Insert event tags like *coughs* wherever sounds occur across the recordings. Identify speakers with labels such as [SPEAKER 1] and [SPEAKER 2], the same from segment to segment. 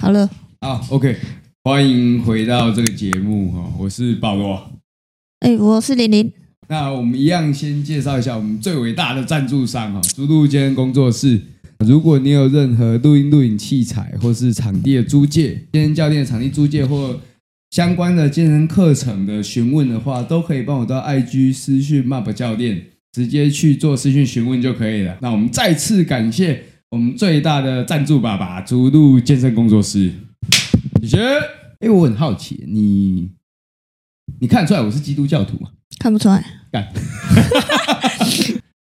[SPEAKER 1] 好了，
[SPEAKER 2] 啊，OK，欢迎回到这个节目哈，我是保罗。
[SPEAKER 1] 哎、我是玲玲，
[SPEAKER 2] 那我们一样先介绍一下我们最伟大的赞助商哈，猪录间工作室。如果你有任何录音录影器材或是场地的租借、健身教练场地租借或相关的健身课程的询问的话，都可以帮我到 IG 私讯 MAP 教练，直接去做私讯询问就可以了。那我们再次感谢我们最大的赞助爸爸竹鹿健身工作室，谢谢。哎，我很好奇，你你看得出来我是基督教徒吗？
[SPEAKER 1] 看不出来。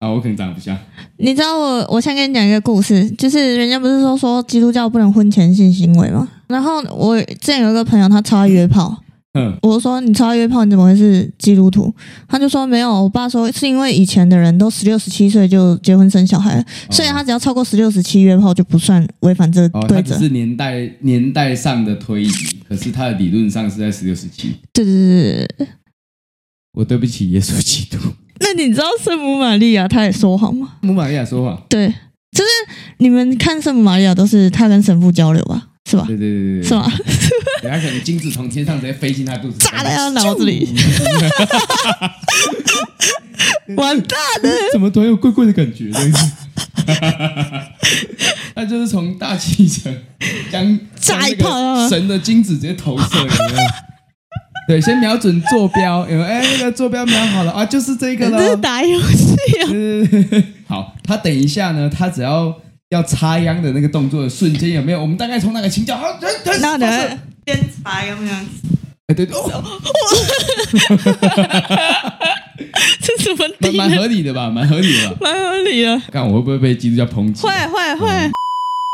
[SPEAKER 2] 啊，我可能长得不像。
[SPEAKER 1] 你知道我，我先跟你讲一个故事，就是人家不是说说基督教不能婚前性行为吗？然后我之前有一个朋友，他超爱约炮，
[SPEAKER 2] 嗯，
[SPEAKER 1] 我说你超爱约炮，你怎么会是基督徒？他就说没有，我爸说是因为以前的人都十六十七岁就结婚生小孩
[SPEAKER 2] 哦
[SPEAKER 1] 了，所以他只要超过十六十七约炮就不算违反这个
[SPEAKER 2] 哦，它
[SPEAKER 1] 规
[SPEAKER 2] 只
[SPEAKER 1] 则。
[SPEAKER 2] 是年代年代上的推移，可是它的理论上是在十六十七。
[SPEAKER 1] 对对对对对。
[SPEAKER 2] 我对不起耶稣基督。
[SPEAKER 1] 那你知道圣母玛利亚她也说谎吗？
[SPEAKER 2] 母玛利亚说谎，
[SPEAKER 1] 对，就是你们看圣母玛利亚都是她跟神父交流吧，是吧？
[SPEAKER 2] 对对对对，
[SPEAKER 1] 是吗？
[SPEAKER 2] 等下可能金子从天上直接飞进他肚子，
[SPEAKER 1] 炸在他脑子里， *laughs* 完蛋！
[SPEAKER 2] 怎么突然有怪怪的感觉？ *laughs* 他就是从大气层将
[SPEAKER 1] 炸一
[SPEAKER 2] 将那个
[SPEAKER 1] 炮啊
[SPEAKER 2] 神的精子直接投射，有没有？对，先瞄准坐标，有没有哎，那个坐标瞄好了啊，就是这
[SPEAKER 1] 这
[SPEAKER 2] 个了
[SPEAKER 1] 是。打游戏啊！ *laughs*
[SPEAKER 2] 呃好，他等一下呢，他只要要插秧的那个动作的瞬间有没有？我们大概从哪个倾角？好，人人
[SPEAKER 1] 然后呢
[SPEAKER 2] 发射？
[SPEAKER 1] 先拔有没有？
[SPEAKER 2] 哎，对对，哦 *laughs*
[SPEAKER 1] 这什么
[SPEAKER 2] 蛮
[SPEAKER 1] 地
[SPEAKER 2] 蛮
[SPEAKER 1] 呢？
[SPEAKER 2] 合理的吧，蛮合理的吧。
[SPEAKER 1] 蛮合理嗯的。
[SPEAKER 2] 看我会不会被基督教抨击？
[SPEAKER 1] 会会会。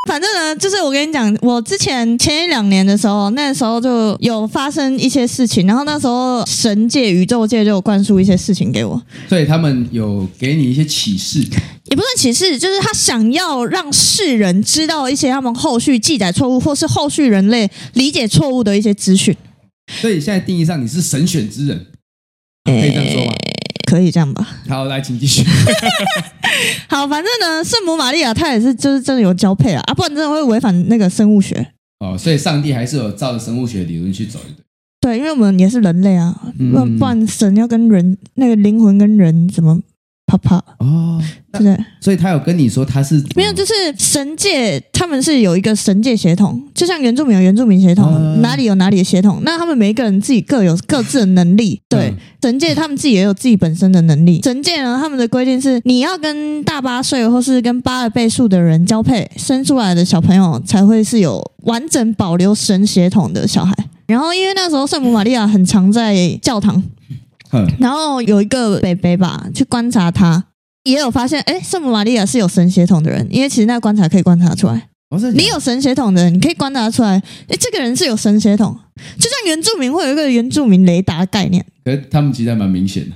[SPEAKER 1] 反正呢，就是我跟你讲，我之前前一两年的时候，那时候就有发生一些事情，然后那时候神界、宇宙界就有灌输一些事情给我，
[SPEAKER 2] 所以他们有给你一些启示，
[SPEAKER 1] 也不算歧视，就是他想要让世人知道一些他们后续记载错误，或是后续人类理解错误的一些资讯。
[SPEAKER 2] 所以现在定义上你是神选之人，可以这样说吗？
[SPEAKER 1] 可以这样吧？
[SPEAKER 2] 好，来，请继续。 *laughs*
[SPEAKER 1] 好，反正呢，圣母玛利亚她也是就是真的有交配啊，啊，不然真的会违反那个生物学。
[SPEAKER 2] 哦，所以上帝还是有照着生物学理论去走的。
[SPEAKER 1] 对，因为我们也是人类啊，
[SPEAKER 2] 嗯
[SPEAKER 1] 不然不然神要跟人那个灵魂跟人怎么啪啪，
[SPEAKER 2] 哦，
[SPEAKER 1] 对不对？
[SPEAKER 2] 所以他有跟你说他是
[SPEAKER 1] 没有，就是神界他们是有一个神界协同，就像原住民有原住民协同，
[SPEAKER 2] 嗯
[SPEAKER 1] 哪里有哪里的协同。那他们每一个人自己各有各自的能力，对、
[SPEAKER 2] 嗯
[SPEAKER 1] 神界他们自己也有自己本身的能力。神界呢，他们的规定是你要跟大八岁或是跟八二倍数的人交配，生出来的小朋友才会是有完整保留神血统的小孩。然后因为那时候圣母玛利亚很常在教堂，
[SPEAKER 2] 哼
[SPEAKER 1] 然后有一个北北吧去观察他，也有发现，哎，圣母玛利亚是有神血统的人，因为其实那观察可以观察出来，
[SPEAKER 2] 我哦是
[SPEAKER 1] 你有神血统的人，你可以观察出来，哎，这个人是有神血统，就像原住民会有一个原住民雷达概念，
[SPEAKER 2] 可是他们其实还蛮明显的，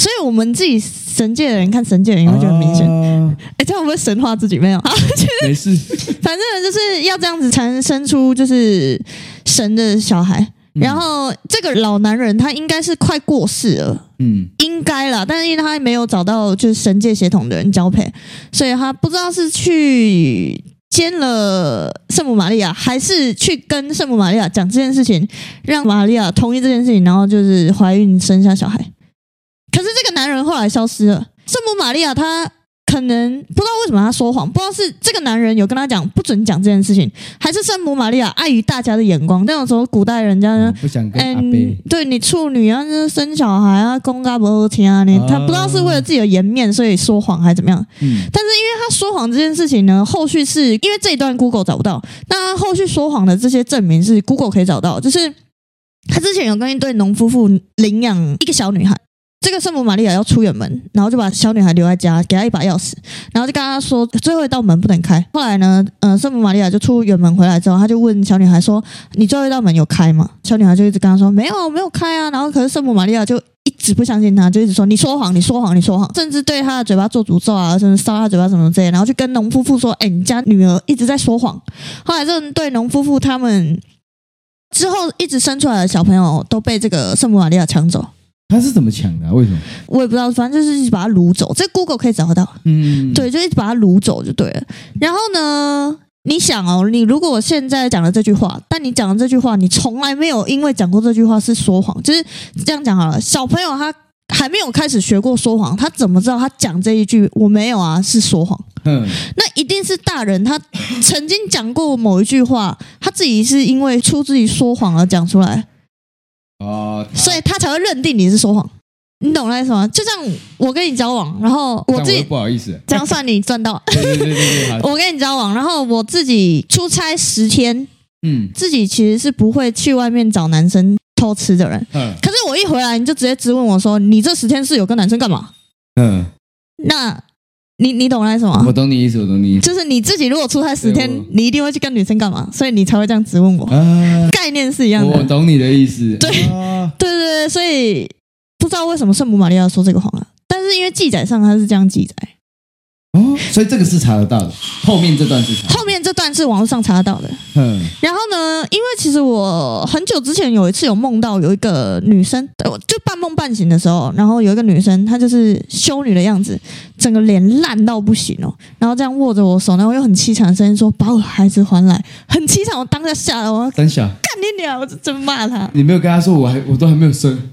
[SPEAKER 1] 所以我们自己神界的人看神界的人会觉得很明 *laughs* 显，
[SPEAKER 2] 显。
[SPEAKER 1] 哎，这样会不会神化自己？没 *laughs* 有，好
[SPEAKER 2] 哦没事，
[SPEAKER 1] 反正就是要这样子才能生出就是神的小孩。然后这个老男人他应该是快过世了。
[SPEAKER 2] 嗯，
[SPEAKER 1] 应该啦，但是因为他没有找到就是神界血统的人交配，所以他不知道是去奸了圣母玛利亚，还是去跟圣母玛利亚讲这件事情，让玛利亚同意这件事情，然后就是怀孕生下小孩。可是这个男人后来消失了，圣母玛利亚她可能不知道为什么他说谎，不知道是这个男人有跟他讲不准讲这件事情，还是圣母玛利亚碍于大家的眼光，那种时候古代人家呢
[SPEAKER 2] 嗯，不想跟阿
[SPEAKER 1] 嗯
[SPEAKER 2] 贝，
[SPEAKER 1] 对你处女啊，就是生小孩啊，公家不好听啊，你
[SPEAKER 2] 哦
[SPEAKER 1] 他不知道是为了自己的颜面，所以说谎还是怎么样？
[SPEAKER 2] 嗯，
[SPEAKER 1] 但是因为他说谎这件事情呢，后续是因为这一段 Google 找不到，那他后续说谎的这些证明是 Google 可以找到，就是他之前有跟一对农夫妇领养一个小女孩。这个圣母玛利亚要出远门，然后就把小女孩留在家，给她一把钥匙，然后就跟她说最后一道门不能开。后来呢，呃，圣母玛利亚就出远门回来之后，她就问小女孩说：“你最后一道门有开吗？”小女孩就一直跟她说：“没有，我没有开啊。”然后可是圣母玛利亚就一直不相信她，就一直说：“你说谎，你说谎，你说谎。”甚至对她的嘴巴做诅咒啊，甚至烧她嘴巴什么之类的。然后就跟农夫妇说：“哎、你家女儿一直在说谎。”后来这对农夫妇他们之后一直生出来的小朋友都被这个圣母玛利亚抢走。
[SPEAKER 2] 他是怎么抢的啊？为什么？
[SPEAKER 1] 我也不知道，反正就是一直把他掳走。这 Google 可以找得到，
[SPEAKER 2] 嗯，
[SPEAKER 1] 对，就一直把他掳走就对了。然后呢，你想哦，你如果现在讲了这句话，但你讲的这句话，你从来没有因为讲过这句话是说谎，就是这样讲好了。小朋友他还没有开始学过说谎，他怎么知道他讲这一句“我没有啊”是说谎？
[SPEAKER 2] 嗯，
[SPEAKER 1] 那一定是大人他曾经讲过某一句话，他自己是因为出自于说谎而讲出来，
[SPEAKER 2] 哦，他
[SPEAKER 1] 所以他才会认定你是说谎。你懂那意思吗？就像我跟你交往，然后我
[SPEAKER 2] 但
[SPEAKER 1] 自
[SPEAKER 2] 又
[SPEAKER 1] 己
[SPEAKER 2] 不好意思，
[SPEAKER 1] 这样算你赚到，
[SPEAKER 2] 对对对对对，好，
[SPEAKER 1] *laughs* 我跟你交往，然后我自己出差十天，
[SPEAKER 2] 嗯
[SPEAKER 1] 自己其实是不会去外面找男生偷吃的人。
[SPEAKER 2] 嗯
[SPEAKER 1] 可是我一回来，你就直接质问我说：“你这十天是有跟男生干嘛
[SPEAKER 2] 嗯，？”
[SPEAKER 1] 啊那你你懂那意思吗
[SPEAKER 2] 我？懂你意思，我懂你意思
[SPEAKER 1] 就是你自己如果出差十
[SPEAKER 2] 对
[SPEAKER 1] 天
[SPEAKER 2] 我，
[SPEAKER 1] 你一定会去跟女生干嘛，所以你才会这样质问我。
[SPEAKER 2] 啊，
[SPEAKER 1] 概念是一样的，
[SPEAKER 2] 我
[SPEAKER 1] 对
[SPEAKER 2] 懂你的意思，
[SPEAKER 1] 对
[SPEAKER 2] 啊
[SPEAKER 1] 对对，所以不知道为什么圣母玛利亚说这个谎啊，但是因为记载上他是这样记载，
[SPEAKER 2] 哦，所以这个是查得到的，后面这段是查得到
[SPEAKER 1] 后面这段是网络上查得到的。
[SPEAKER 2] 的，嗯
[SPEAKER 1] 然后呢，因为其实我很久之前有一次有梦到有一个女生，我就半梦半醒的时候，然后有一个女生，她就是修女的样子，整个脸烂到不行哦，然后这样握着我手，然后用很凄惨的声音说：“把我孩子还来。”很凄惨，我当下吓得我要
[SPEAKER 2] 三小，
[SPEAKER 1] 干你娘！我就真骂她。
[SPEAKER 2] 你没有跟他说，我还我都还没有生，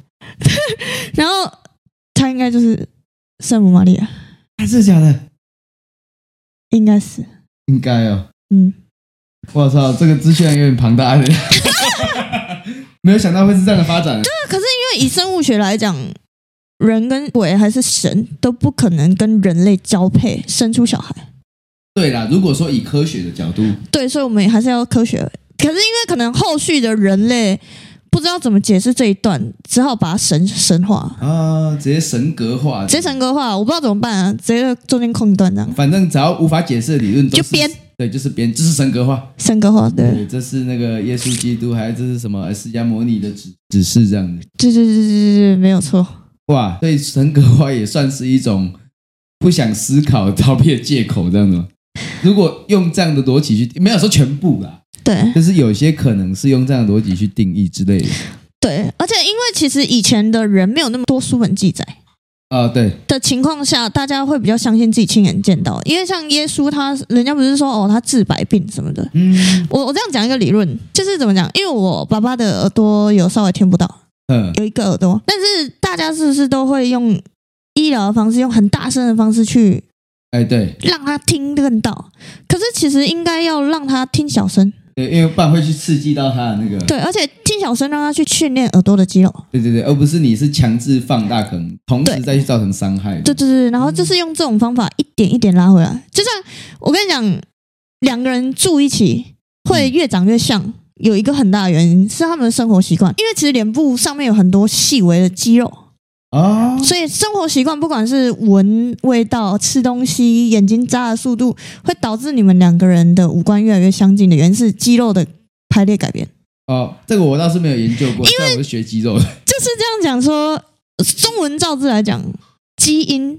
[SPEAKER 1] 然后她应该就是圣母玛利亚，
[SPEAKER 2] 啊，是假的？
[SPEAKER 1] 应该是，
[SPEAKER 2] 应该哦，
[SPEAKER 1] 嗯，
[SPEAKER 2] 我操，这个资讯量有点庞大
[SPEAKER 1] *laughs*
[SPEAKER 2] 的，没有想到会是这样的发展。
[SPEAKER 1] 因为以生物学来讲。人跟鬼还是神都不可能跟人类交配生出小孩，
[SPEAKER 2] 对啦，如果说以科学的角度，
[SPEAKER 1] 对，所以我们也还是要科学。可是因为可能后续的人类不知道怎么解释这一段，只好把它神神化，
[SPEAKER 2] 啊，直接神格化，
[SPEAKER 1] 直接神格化，我不知道怎么办啊，直接就中间空一段这样
[SPEAKER 2] 反正只要无法解释的理论都是
[SPEAKER 1] 就编，
[SPEAKER 2] 对，就是编，这是神格化。
[SPEAKER 1] 神格化，对，
[SPEAKER 2] 对，这是那个耶稣基督，还有这是什么呃释迦摩尼的指指示这样子。
[SPEAKER 1] 对对对对对对，没有错。
[SPEAKER 2] 哇，对，神格化也算是一种不想思考逃避的借口，这样子吗。如果用这样的逻辑去，没有说全部啦，
[SPEAKER 1] 对
[SPEAKER 2] 就是有些可能是用这样的逻辑去定义之类的。
[SPEAKER 1] 对，而且因为其实以前的人没有那么多书本记载
[SPEAKER 2] 啊、对，
[SPEAKER 1] 的情况下，大家会比较相信自己亲眼见到。因为像耶稣他，人家不是说哦他治百病什么的，
[SPEAKER 2] 嗯
[SPEAKER 1] 我我这样讲一个理论，就是怎么讲？因为我爸爸的耳朵有稍微听不到，
[SPEAKER 2] 嗯
[SPEAKER 1] 有一个耳朵，但是大家是不是都会用医疗的方式，用很大声的方式去
[SPEAKER 2] 哎，对，
[SPEAKER 1] 让他听得到？可是其实应该要让他听小声，
[SPEAKER 2] 对，因为不然会去刺激到他的那个，
[SPEAKER 1] 对，而且听小声让他去训练耳朵的肌肉，
[SPEAKER 2] 对对对，而不是你是强制放大，可能同时
[SPEAKER 1] 对
[SPEAKER 2] 再去造成伤害。
[SPEAKER 1] 对对对，然后就是用这种方法一点一点拉回来。就像我跟你讲，两个人住一起会越长越像，有一个很大的原因是他们的生活习惯，因为其实脸部上面有很多细微的肌肉，
[SPEAKER 2] 啊，
[SPEAKER 1] 所以生活习惯，不管是闻味道、吃东西、眼睛眨的速度，会导致你们两个人的五官越来越相近的原因是肌肉的排列改变。
[SPEAKER 2] 哦，这个我倒是没有研究过，虽然我是学肌肉的，
[SPEAKER 1] 就是这样讲说，中文照字来讲，基因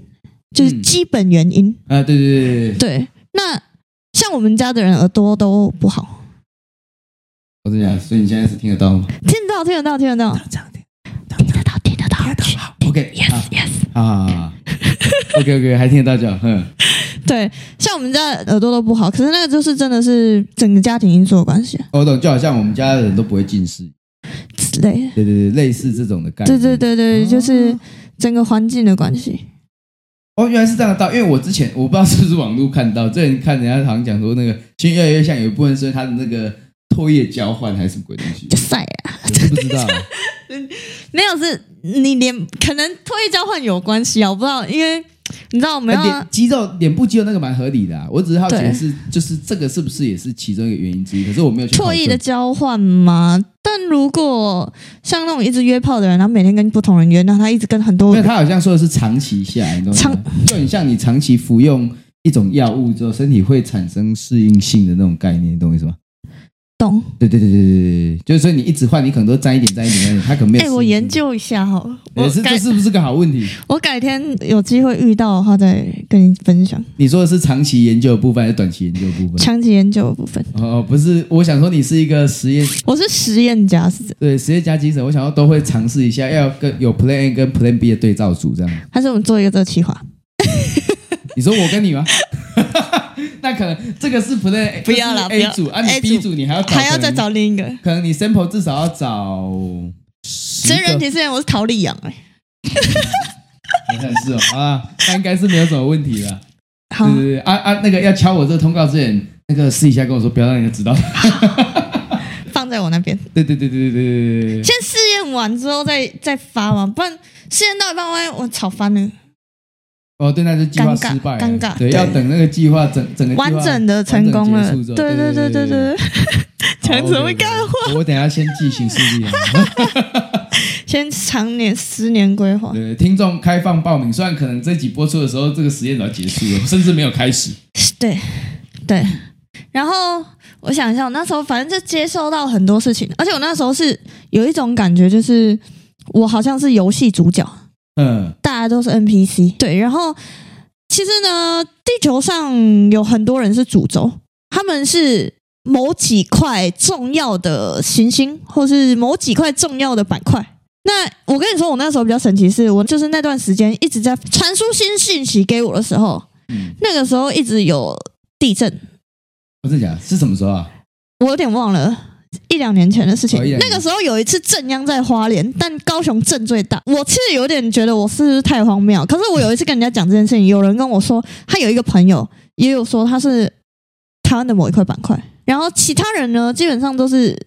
[SPEAKER 1] 就是
[SPEAKER 2] 嗯
[SPEAKER 1] 基本原因。
[SPEAKER 2] 啊，对对对对对，
[SPEAKER 1] 对，那像我们家的人耳朵都不好，
[SPEAKER 2] 我跟你讲，所以你现在是听得到吗？
[SPEAKER 1] 听得到，听得到，听得到，
[SPEAKER 2] 这样听
[SPEAKER 1] 听得到，听得到。
[SPEAKER 2] 好，OK，
[SPEAKER 1] Yes,
[SPEAKER 2] 好
[SPEAKER 1] yes。
[SPEAKER 2] 好好好，OK OK，还 *laughs* 听得到就好，嗯，
[SPEAKER 1] 对，像我们家的耳朵都不好，可是那个就是真的是整个家庭因素的关系啊
[SPEAKER 2] 哦我懂，就好像我们家的人都不会近视，
[SPEAKER 1] 之类的。
[SPEAKER 2] 对对对，类似这种的概
[SPEAKER 1] 对
[SPEAKER 2] 念。
[SPEAKER 1] 对对对，
[SPEAKER 2] 哦
[SPEAKER 1] 就是整个环境的关系。
[SPEAKER 2] 哦，原来是这样的道，因为我之前我不知道是不是网络看到，之前看人家好像讲说那个，其实越来越像有一部分是他的那个唾液交换还是什么鬼东
[SPEAKER 1] *laughs*
[SPEAKER 2] 西
[SPEAKER 1] 就，晒啊，
[SPEAKER 2] 我不知道。
[SPEAKER 1] 没有是你脸可能唾液交换有关系啊，我不知道，因为你知道我们要、
[SPEAKER 2] 脸肌肉脸部肌肉那个蛮合理的、啊，我只是好奇
[SPEAKER 1] 啊对
[SPEAKER 2] 的是就是这个是不是也是其中一个原因之一？可是我没有去考
[SPEAKER 1] 唾
[SPEAKER 2] 证
[SPEAKER 1] 液的交换嘛。但如果像那种一直约炮的人，他每天跟不同人约，那他一直跟很多
[SPEAKER 2] 因为
[SPEAKER 1] 人，
[SPEAKER 2] 他好像说的是长期下来，你懂吗？就很像你长期服用一种药物之后，身体会产生适应性的那种概念，你懂我意思吗？
[SPEAKER 1] 懂？
[SPEAKER 2] 对对对对对对，就是所以你一直换，你可能都沾一点沾一点沾一点，他可能没
[SPEAKER 1] 哎、
[SPEAKER 2] 有适应性。
[SPEAKER 1] 我研究一下好了，
[SPEAKER 2] 也
[SPEAKER 1] 我
[SPEAKER 2] 是这
[SPEAKER 1] 改
[SPEAKER 2] 是不是个好问题？
[SPEAKER 1] 我改天有机会遇到的话再跟你分享
[SPEAKER 2] 你说的是长期研究的部分还是短期研究的部分？
[SPEAKER 1] 枪击研究的部分。
[SPEAKER 2] 哦，不是，我想说你是一个实验
[SPEAKER 1] 我是实验家，是这
[SPEAKER 2] 对实验家精神，我想要都会尝试一下，
[SPEAKER 1] 嗯
[SPEAKER 2] 要跟有 Plan A 跟 Plan B 的对照组这样。
[SPEAKER 1] 还是我们做一个这个企划？ *laughs*
[SPEAKER 2] 你说我跟你吗？那可能这个是 Play，
[SPEAKER 1] 不要啦
[SPEAKER 2] 这是 A
[SPEAKER 1] 不
[SPEAKER 2] 组
[SPEAKER 1] 要
[SPEAKER 2] 啊，你
[SPEAKER 1] A
[SPEAKER 2] B
[SPEAKER 1] 组
[SPEAKER 2] 组你还要
[SPEAKER 1] 还要再
[SPEAKER 2] 可能
[SPEAKER 1] 找另一个。
[SPEAKER 2] 可能你 sample 至少要找十
[SPEAKER 1] 真人
[SPEAKER 2] 个，
[SPEAKER 1] 体试验我是陶丽阳哎，
[SPEAKER 2] 好像是哦，好啦，那应该是没有什么问题了。
[SPEAKER 1] 好
[SPEAKER 2] 对对对啊啊，那个要敲我这个通告之前，那个私底下跟我说，不要让人家知道。
[SPEAKER 1] 放在我那边，
[SPEAKER 2] 对对对对对对对对对。
[SPEAKER 1] 先试验完之后再再发嘛，不然试验到一半万一我吵翻了，
[SPEAKER 2] 哦，对，那就计划
[SPEAKER 1] 尴尬
[SPEAKER 2] 失败了，
[SPEAKER 1] 尴尬
[SPEAKER 2] 对，
[SPEAKER 1] 对
[SPEAKER 2] 要等那个计划整整个计划
[SPEAKER 1] 完整的成功
[SPEAKER 2] 完
[SPEAKER 1] 了
[SPEAKER 2] 整结束之，后
[SPEAKER 1] 对
[SPEAKER 2] 对
[SPEAKER 1] 对对对对，讲什么干话？
[SPEAKER 2] 话？我等一下先记行事历啊。 *laughs*
[SPEAKER 1] 先常年十年规划，
[SPEAKER 2] 对，听众开放报名，虽然可能这集播出的时候，这个实验早结束了，甚至没有开始。
[SPEAKER 1] 对对。然后我想一下，我那时候反正就接受到很多事情，而且我那时候是有一种感觉，就是我好像是游戏主角，
[SPEAKER 2] 嗯，
[SPEAKER 1] 大家都是 NPC。对，然后其实呢，地球上有很多人是主轴，他们是某几块重要的行星，或是某几块重要的板块。那我跟你说，我那时候比较神奇是，我就是那段时间一直在传输新信息给我的时候，
[SPEAKER 2] 嗯，
[SPEAKER 1] 那个时候一直有地震，
[SPEAKER 2] 我哦真的假的？是什么时候啊？
[SPEAKER 1] 我有点忘了。一两年前的事情
[SPEAKER 2] 哦一两，年
[SPEAKER 1] 那个时候有一次震央在花莲，但高雄震最大。我其实有点觉得我是不是太荒谬？可是我有一次跟人家讲这件事情，有人跟我说，他有一个朋友也有说他是台湾的某一块板块，然后其他人呢，基本上都是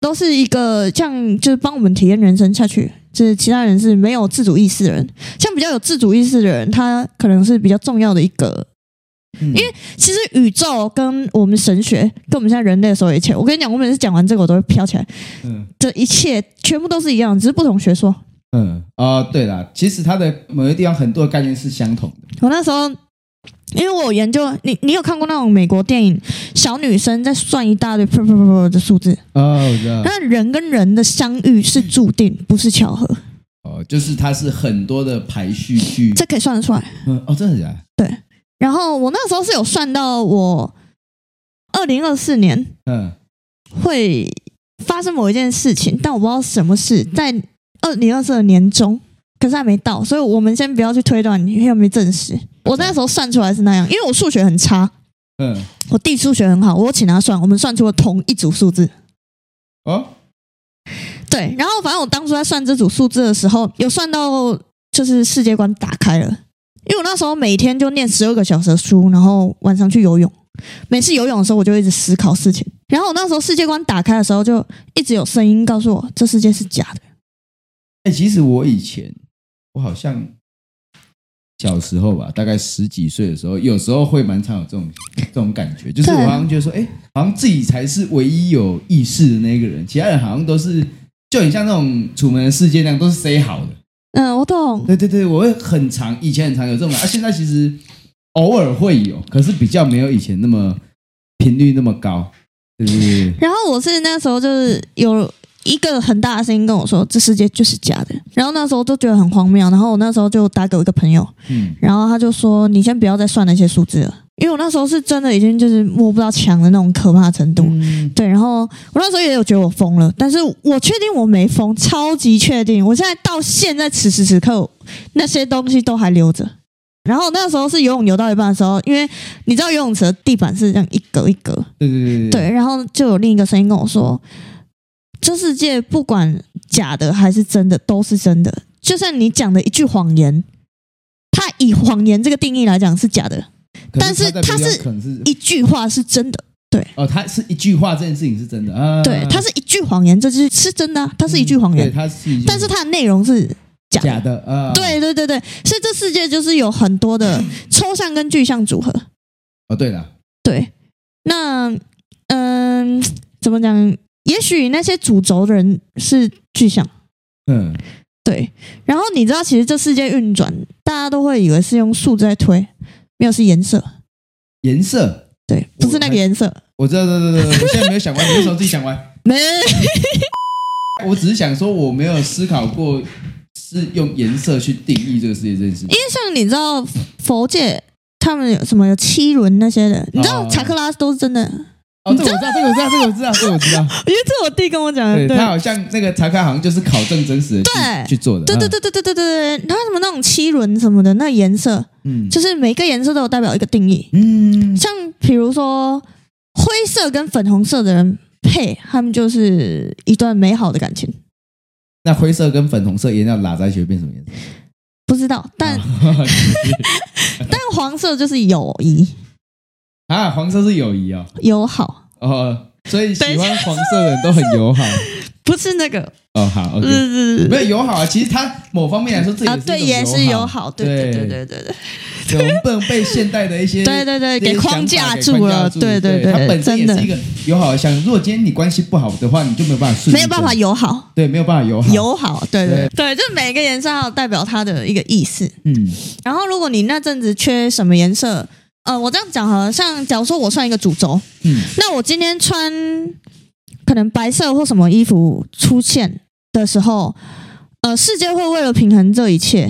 [SPEAKER 1] 都是一个像就是帮我们体验人生下去，就是其他人是没有自主意识的人，像比较有自主意识的人，他可能是比较重要的一个
[SPEAKER 2] 因为
[SPEAKER 1] 其实宇宙跟我们神学，跟我们现在人类所有一切，我跟你讲，我每次讲完这个，我都会飘起来。
[SPEAKER 2] 嗯
[SPEAKER 1] 这一切全部都是一样，只是不同学说。
[SPEAKER 2] 嗯哦，对啦，其实它的某些地方很多的概念是相同的。
[SPEAKER 1] 我那时候，因为我有研究，你你有看过那种美国电影，小女生在算一大堆噗噗噗噗的数字，
[SPEAKER 2] 哦，我知道。
[SPEAKER 1] 那人跟人的相遇是注定，不是巧合，
[SPEAKER 2] 哦，就是它是很多的排序去。
[SPEAKER 1] 这可以算得出来。
[SPEAKER 2] 嗯，哦，真的假的？
[SPEAKER 1] 然后我那时候是有算到我二零二四年
[SPEAKER 2] 嗯，
[SPEAKER 1] 会发生某一件事情，但我不知道什么事，在二零二四的年中，可是还没到，所以我们先不要去推断，因为还没证实。我那时候算出来是那样，因为我数学很差，
[SPEAKER 2] 嗯，
[SPEAKER 1] 我弟数学很好，我请他算，我们算出了同一组数字。
[SPEAKER 2] 哦，
[SPEAKER 1] 对，然后反正我当初在算这组数字的时候，有算到就是世界观打开了，因为我那时候每天就念十二个小时的书，然后晚上去游泳。每次游泳的时候，我就一直思考事情。然后我那时候世界观打开的时候，就一直有声音告诉我，这世界是假的。
[SPEAKER 2] 哎、其实我以前，我好像小时候吧，大概十几岁的时候，有时候会蛮常有这种这种感觉，就是我
[SPEAKER 1] 对
[SPEAKER 2] 好像觉得说，哎、好像自己才是唯一有意识的那个人，其他人好像都是就很像那种《楚门的世界》那样，都是 say 好的。
[SPEAKER 1] 嗯，我懂。
[SPEAKER 2] 对对对，我会很常，以前很常有这种感，啊，现在其实偶尔会有，可是比较没有以前那么频率那么高。对对对，
[SPEAKER 1] 然后我是那时候就是有一个很大的声音跟我说，这世界就是假的。然后那时候就觉得很荒谬。然后我那时候就打给我一个朋友，
[SPEAKER 2] 嗯，
[SPEAKER 1] 然后他就说：“你先不要再算那些数字了，因为我那时候是真的已经就是摸不到墙的那种可怕程度。
[SPEAKER 2] 嗯
[SPEAKER 1] 对，然后我那时候也有觉得我疯了，但是我确定我没疯，超级确定。我现在到现在此时此刻，那些东西都还留着。然后那时候是游泳游到一半的时候，因为你知道游泳池的地板是这样一格一格，
[SPEAKER 2] 对对对对，
[SPEAKER 1] 对，然后就有另一个声音跟我说：“这世界不管假的还是真的，都是真的。就算你讲的一句谎言，它以谎言这个定义来讲是假的，但是
[SPEAKER 2] 可
[SPEAKER 1] 他
[SPEAKER 2] 他在别的地
[SPEAKER 1] 是
[SPEAKER 2] 方可能是
[SPEAKER 1] 一句话是真的。
[SPEAKER 2] 哦，他是一句话这件事情是真的啊，
[SPEAKER 1] 对，它是一句谎言，这就是是真的啊、它是一句谎
[SPEAKER 2] 对，
[SPEAKER 1] 言，
[SPEAKER 2] 他是一句，
[SPEAKER 1] 但是它的内容是假的。
[SPEAKER 2] 嗯假的啊，
[SPEAKER 1] 对对对对，所以这世界就是有很多的抽象跟具象组合。
[SPEAKER 2] 哦，对了，
[SPEAKER 1] 对，那嗯，怎么讲？也许那些主轴的人是具象。”
[SPEAKER 2] 嗯，
[SPEAKER 1] 对，然后你知道，其实这世界运转，大家都会以为是用数字在推，没有是颜色，
[SPEAKER 2] 颜色，
[SPEAKER 1] 对，
[SPEAKER 2] 我
[SPEAKER 1] 不是那个颜色，
[SPEAKER 2] 我知道，对对对
[SPEAKER 1] *laughs*
[SPEAKER 2] 对，我现在没有想完，你为什么自己想完？
[SPEAKER 1] 没
[SPEAKER 2] 我只是想说，我没有思考过是用颜色去定义这个世界这件事情。
[SPEAKER 1] 像你知道佛界他们有什么有七轮那些的，你知道
[SPEAKER 2] 哦
[SPEAKER 1] 查克拉都是真的，
[SPEAKER 2] 哦哦，这个我知道，这个我知道，这个我知道，这个我知道。
[SPEAKER 1] *laughs* 因为这是我弟跟我讲的，
[SPEAKER 2] 对
[SPEAKER 1] 对
[SPEAKER 2] 他好像那个查看好像就是考证真实的
[SPEAKER 1] 对
[SPEAKER 2] 去去做的。啊
[SPEAKER 1] 对对对对对对对对，它什么那种七轮什么的，那颜色
[SPEAKER 2] 嗯，嗯
[SPEAKER 1] 就是每个颜色都有代表一个定义，
[SPEAKER 2] 嗯，
[SPEAKER 1] 像比如说灰色跟粉红色的人配，他们就是一段美好的感情。
[SPEAKER 2] 那灰色跟粉红色颜料拉在一起会变什么颜色？
[SPEAKER 1] 不知道，但、
[SPEAKER 2] *laughs*
[SPEAKER 1] 但黄色就是友谊
[SPEAKER 2] 啊，黄色是友谊哦，
[SPEAKER 1] 友好，
[SPEAKER 2] 哦，所以喜欢黄色的人都很友好。
[SPEAKER 1] 不是那个，
[SPEAKER 2] 哦，好
[SPEAKER 1] 不
[SPEAKER 2] ，OK，
[SPEAKER 1] 是
[SPEAKER 2] 没有友好啊，其实他某方面来说，这
[SPEAKER 1] 嗯啊，对，也
[SPEAKER 2] 也
[SPEAKER 1] 是
[SPEAKER 2] 是
[SPEAKER 1] 友
[SPEAKER 2] 友
[SPEAKER 1] 好，对对对
[SPEAKER 2] 对
[SPEAKER 1] 对对对
[SPEAKER 2] 对，我们不能被现代的一
[SPEAKER 1] *laughs*
[SPEAKER 2] 些
[SPEAKER 1] 对对对，
[SPEAKER 2] 这些
[SPEAKER 1] 给框
[SPEAKER 2] 想
[SPEAKER 1] 架
[SPEAKER 2] 法
[SPEAKER 1] 住了，
[SPEAKER 2] 给框架住
[SPEAKER 1] 对
[SPEAKER 2] 对它
[SPEAKER 1] 对，
[SPEAKER 2] 本身
[SPEAKER 1] 真
[SPEAKER 2] 也
[SPEAKER 1] 的
[SPEAKER 2] 是一个友好的项。如果今天你关系不好的话，你就没有办法顺利
[SPEAKER 1] 没有办法
[SPEAKER 2] 的
[SPEAKER 1] 友好，
[SPEAKER 2] 对，没有办法友好。
[SPEAKER 1] 友好，对对对，就每个颜色还有代表它的一个意思。
[SPEAKER 2] 嗯
[SPEAKER 1] 然后如果你那阵子缺什么颜色，呃，我这样讲好了，像假如说我算一个主轴，
[SPEAKER 2] 嗯
[SPEAKER 1] 那我今天穿可能白色或什么衣服出现的时候，呃，世界会为了平衡这一切，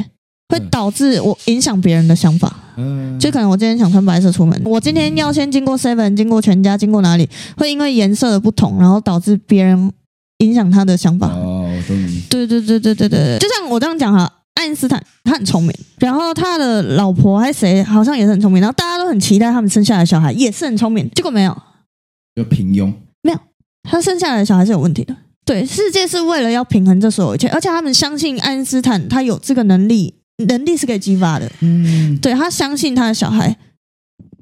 [SPEAKER 1] 会
[SPEAKER 2] 嗯
[SPEAKER 1] 导致我影响别人的想法。
[SPEAKER 2] 嗯，
[SPEAKER 1] 就可能我今天想穿白色出门，我今天要先经过 Seven，经过全家，经过哪里，会因为颜色的不同，然后导致别人影响他的想法。
[SPEAKER 2] 哦，我懂你。
[SPEAKER 1] 对对对对对对，对就像我这样讲哈，爱因斯坦他很聪明，然后他的老婆还是谁好像也是很聪明，然后大家都很期待他们生下来的小孩也是很聪明，结果没有，
[SPEAKER 2] 就平庸。
[SPEAKER 1] 他生下来的小孩是有问题的。对，世界是为了要平衡这所有一切，而且他们相信爱因斯坦他有这个能力，能力是可以激发的。
[SPEAKER 2] 嗯，
[SPEAKER 1] 对他相信他的小孩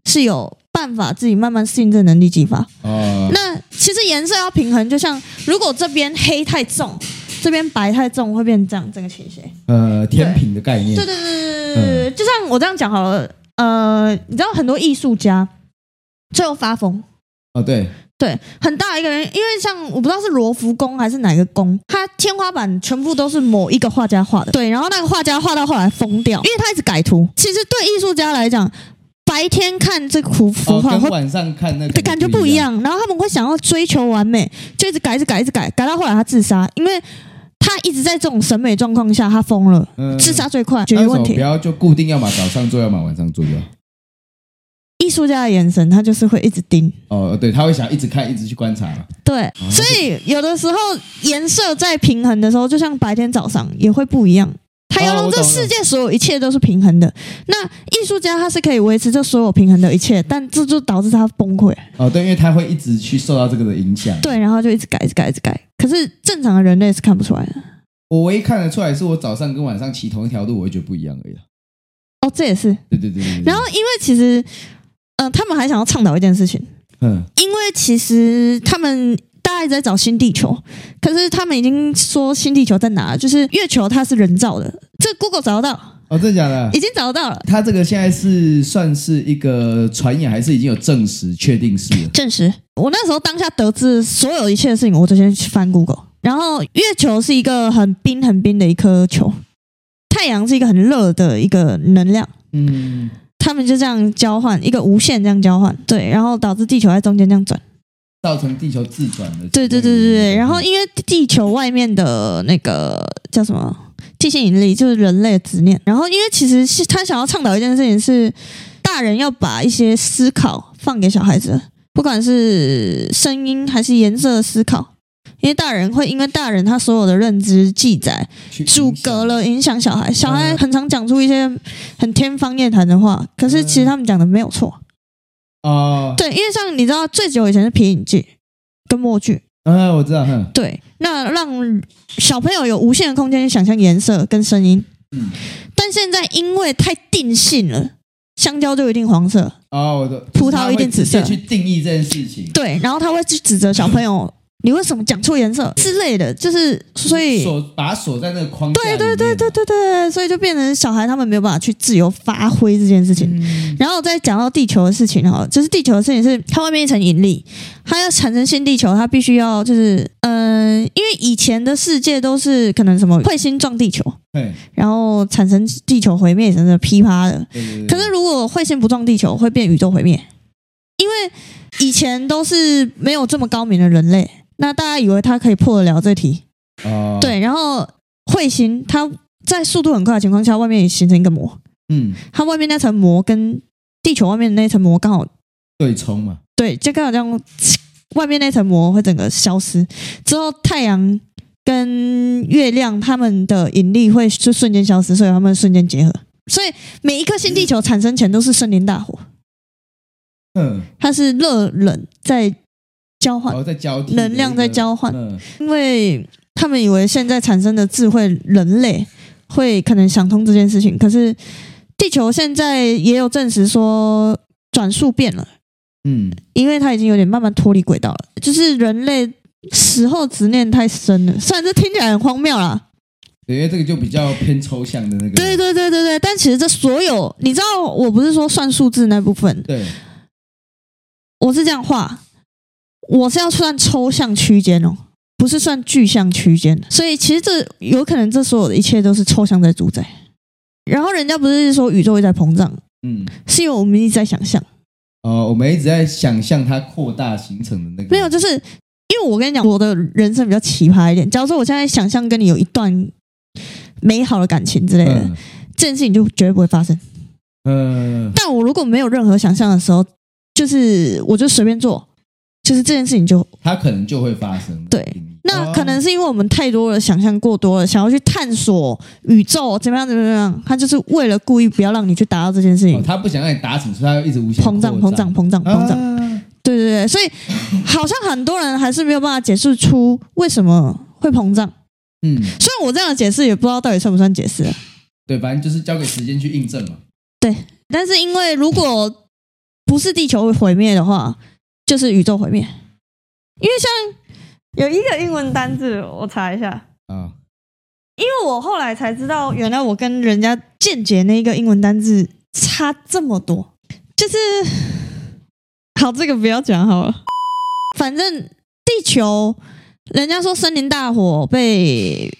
[SPEAKER 1] 是有办法自己慢慢适应这能力激发。
[SPEAKER 2] 哦，
[SPEAKER 1] 那其实颜色要平衡，就像如果这边黑太重，这边白太重，会变成这样这个倾斜。
[SPEAKER 2] 呃，天平的概念。
[SPEAKER 1] 对对对对对对，就像我这样讲好了，呃，你知道很多艺术家最后发疯，
[SPEAKER 2] 哦，对，
[SPEAKER 1] 对，很大一个人，因为像我不知道是罗浮宫还是哪个宫，它天花板全部都是某一个画家画的，对，然后那个画家画到后来疯掉，因为他一直改图。其实对艺术家来讲，白天看这幅
[SPEAKER 2] 哦，
[SPEAKER 1] 幅画会
[SPEAKER 2] 跟。晚上看那个
[SPEAKER 1] 的感觉不一。样，然后他们会想要追求完美，就一直改，一直改，一直改，改到后来他自杀，因为他一直在这种审美状况下，他疯了，
[SPEAKER 2] 嗯
[SPEAKER 1] 自杀最快，解
[SPEAKER 2] 那
[SPEAKER 1] 决
[SPEAKER 2] 为什
[SPEAKER 1] 问
[SPEAKER 2] 么
[SPEAKER 1] 题
[SPEAKER 2] 不。要就固定，要么早上做，要么晚上做就好。
[SPEAKER 1] 艺术家的眼神，他就是会一直盯。
[SPEAKER 2] 哦，对，他会想一直看，一直去观察嘛。
[SPEAKER 1] 对，所以有的时候颜色在平衡的时候，就像白天早上也会不一样。他要
[SPEAKER 2] 哦
[SPEAKER 1] 让
[SPEAKER 2] 我
[SPEAKER 1] 这
[SPEAKER 2] 懂
[SPEAKER 1] 世界所有一切都是平衡的。那艺术家他是可以维持这所有平衡的一切，但这就导致他崩溃。
[SPEAKER 2] 哦，对，因为他会一直去受到这个的影响。
[SPEAKER 1] 对，然后就一直改，一直改，一直改。可是正常的人类是看不出来的。
[SPEAKER 2] 我唯一看得出来，是我早上跟晚上骑同一条路，我会觉得不一样而已啦。
[SPEAKER 1] 哦，这也是。
[SPEAKER 2] 对对对对。对
[SPEAKER 1] 然后，，因为其实，呃，他们还想要倡导一件事情，
[SPEAKER 2] 嗯，
[SPEAKER 1] 因为其实他们大家一直在找新地球，可是他们已经说新地球在哪，就是月球它是人造的，这 Google 找得到，
[SPEAKER 2] 哦，真的假的？
[SPEAKER 1] 已经找得到了，
[SPEAKER 2] 他这个现在是算是一个传言，还是已经有证实确定是了？
[SPEAKER 1] 证实。我那时候当下得知所有一切的事情，我就先去翻 Google，然后月球是一个很冰很冰的一颗球，太阳是一个很热的一个能量。
[SPEAKER 2] 嗯，
[SPEAKER 1] 他们就这样交换，一个无限这样交换，对，然后导致地球在中间这样转。
[SPEAKER 2] 造成地球自转的。
[SPEAKER 1] 对对对对
[SPEAKER 2] 嗯
[SPEAKER 1] 对，然后因为地球外面的那个叫什么地心引力，就是人类的执念。然后因为其实是他想要倡导一件事情是，大人要把一些思考放给小孩子，不管是声音还是颜色的思考。因为大人会因为大人他所有的认知记载
[SPEAKER 2] 去
[SPEAKER 1] 阻
[SPEAKER 2] 影响
[SPEAKER 1] 隔了影响小孩，小孩
[SPEAKER 2] 嗯
[SPEAKER 1] 很常讲出一些很天方夜谭的话，可是其实他们讲的没有错。
[SPEAKER 2] 哦，
[SPEAKER 1] 对，因为像你知道最久以前是皮影剧跟默剧，
[SPEAKER 2] 嗯，我知道，哼，
[SPEAKER 1] 对，那让小朋友有无限的空间去想象颜色跟声音，
[SPEAKER 2] 嗯，
[SPEAKER 1] 但现在因为太定性了，香蕉就一定黄色，
[SPEAKER 2] 哦，我的
[SPEAKER 1] 葡萄一定紫色
[SPEAKER 2] 直接去定义这件事情，
[SPEAKER 1] 对，然后他会去指责小朋友，你为什么讲错颜色之类的，就是嗯所以，
[SPEAKER 2] 锁把它锁在那个框架里
[SPEAKER 1] 对
[SPEAKER 2] 面
[SPEAKER 1] 对对对，对对，所以就变成小孩他们没有办法去自由发挥这件事情。
[SPEAKER 2] 嗯，
[SPEAKER 1] 然后再讲到地球的事情哈，就是地球的事情是它外面一层引力，它要产生新地球，它必须要就是嗯、呃因为以前的世界都是可能什么彗星撞地球，
[SPEAKER 2] 对
[SPEAKER 1] 然后产生地球毁灭，产生噼啪的。
[SPEAKER 2] 对对对，
[SPEAKER 1] 可是如果彗星不撞地球，会变宇宙毁灭，因为以前都是没有这么高明的人类，那大家以为他可以破得了这题，
[SPEAKER 2] 哦，，
[SPEAKER 1] 对。然后彗星它在速度很快的情况下，外面也形成一个膜，
[SPEAKER 2] 嗯，
[SPEAKER 1] 它外面那层膜跟地球外面的那层膜刚好
[SPEAKER 2] 对冲嘛，
[SPEAKER 1] 对，就刚好这样外面那层膜会整个消失，之后太阳跟月亮它们的引力会就瞬间消失，所以它们瞬间结合。所以每一颗新地球产生前都是森林大火，
[SPEAKER 2] 嗯，
[SPEAKER 1] 它是热冷在交
[SPEAKER 2] 然
[SPEAKER 1] 换，
[SPEAKER 2] 后再交替，
[SPEAKER 1] 能量在交换
[SPEAKER 2] 嗯，
[SPEAKER 1] 因为他们以为现在产生的智慧人类会可能想通这件事情，可是地球现在也有证实说转速变了。
[SPEAKER 2] 嗯，
[SPEAKER 1] 因为它已经有点慢慢脱离轨道了，就是人类死后执念太深了。虽然这听起来很荒谬啦，
[SPEAKER 2] 对因为这个就比较偏抽象的那个，
[SPEAKER 1] 对对对对对，但其实这所有，你知道，我不是说算数字那部分，
[SPEAKER 2] 对，
[SPEAKER 1] 我是这样画，我是要算抽象区间哦，不是算具象区间。所以其实这有可能，这所有的一切都是抽象在主宰。然后人家不是说宇宙一直在膨胀，
[SPEAKER 2] 嗯，
[SPEAKER 1] 是因为我们一直在想象。
[SPEAKER 2] 哦，我们一直在想象它扩大形成的那个，
[SPEAKER 1] 没有，就是因为我跟你讲，我的人生比较奇葩一点。假如说我现在想象跟你有一段美好的感情之类的，
[SPEAKER 2] 嗯
[SPEAKER 1] 这件事情就绝对不会发生。
[SPEAKER 2] 嗯，
[SPEAKER 1] 但我如果没有任何想象的时候，就是我就随便做，就是这件事情就
[SPEAKER 2] 它可能就会发生。
[SPEAKER 1] 对，那
[SPEAKER 2] 哦
[SPEAKER 1] 可能是因为我们太多了，想象过多了，想要去探索宇宙怎么样怎么样怎么样，他就是为了故意不要让你去达到这件事情
[SPEAKER 2] 哦，，他嗯不想让你达成，所以他要一直无限啊
[SPEAKER 1] 膨胀膨胀膨胀膨胀。
[SPEAKER 2] 胀。
[SPEAKER 1] 对对对，所以好像很多人还是没有办法解释出为什么会膨胀。
[SPEAKER 2] 嗯，
[SPEAKER 1] 虽然我这样的解释也不知道到底算不算解释啊，
[SPEAKER 2] 对，反正就是交给时间去印证嘛。
[SPEAKER 1] 但是因为如果不是地球毁灭的话，就是宇宙毁灭。因为像有一个英文单字，我查一下，
[SPEAKER 2] 啊，
[SPEAKER 1] 因为我后来才知道，原来我跟人家见解那一个英文单字差这么多。就是，好，这个不要讲好了。反正地球，人家说森林大火被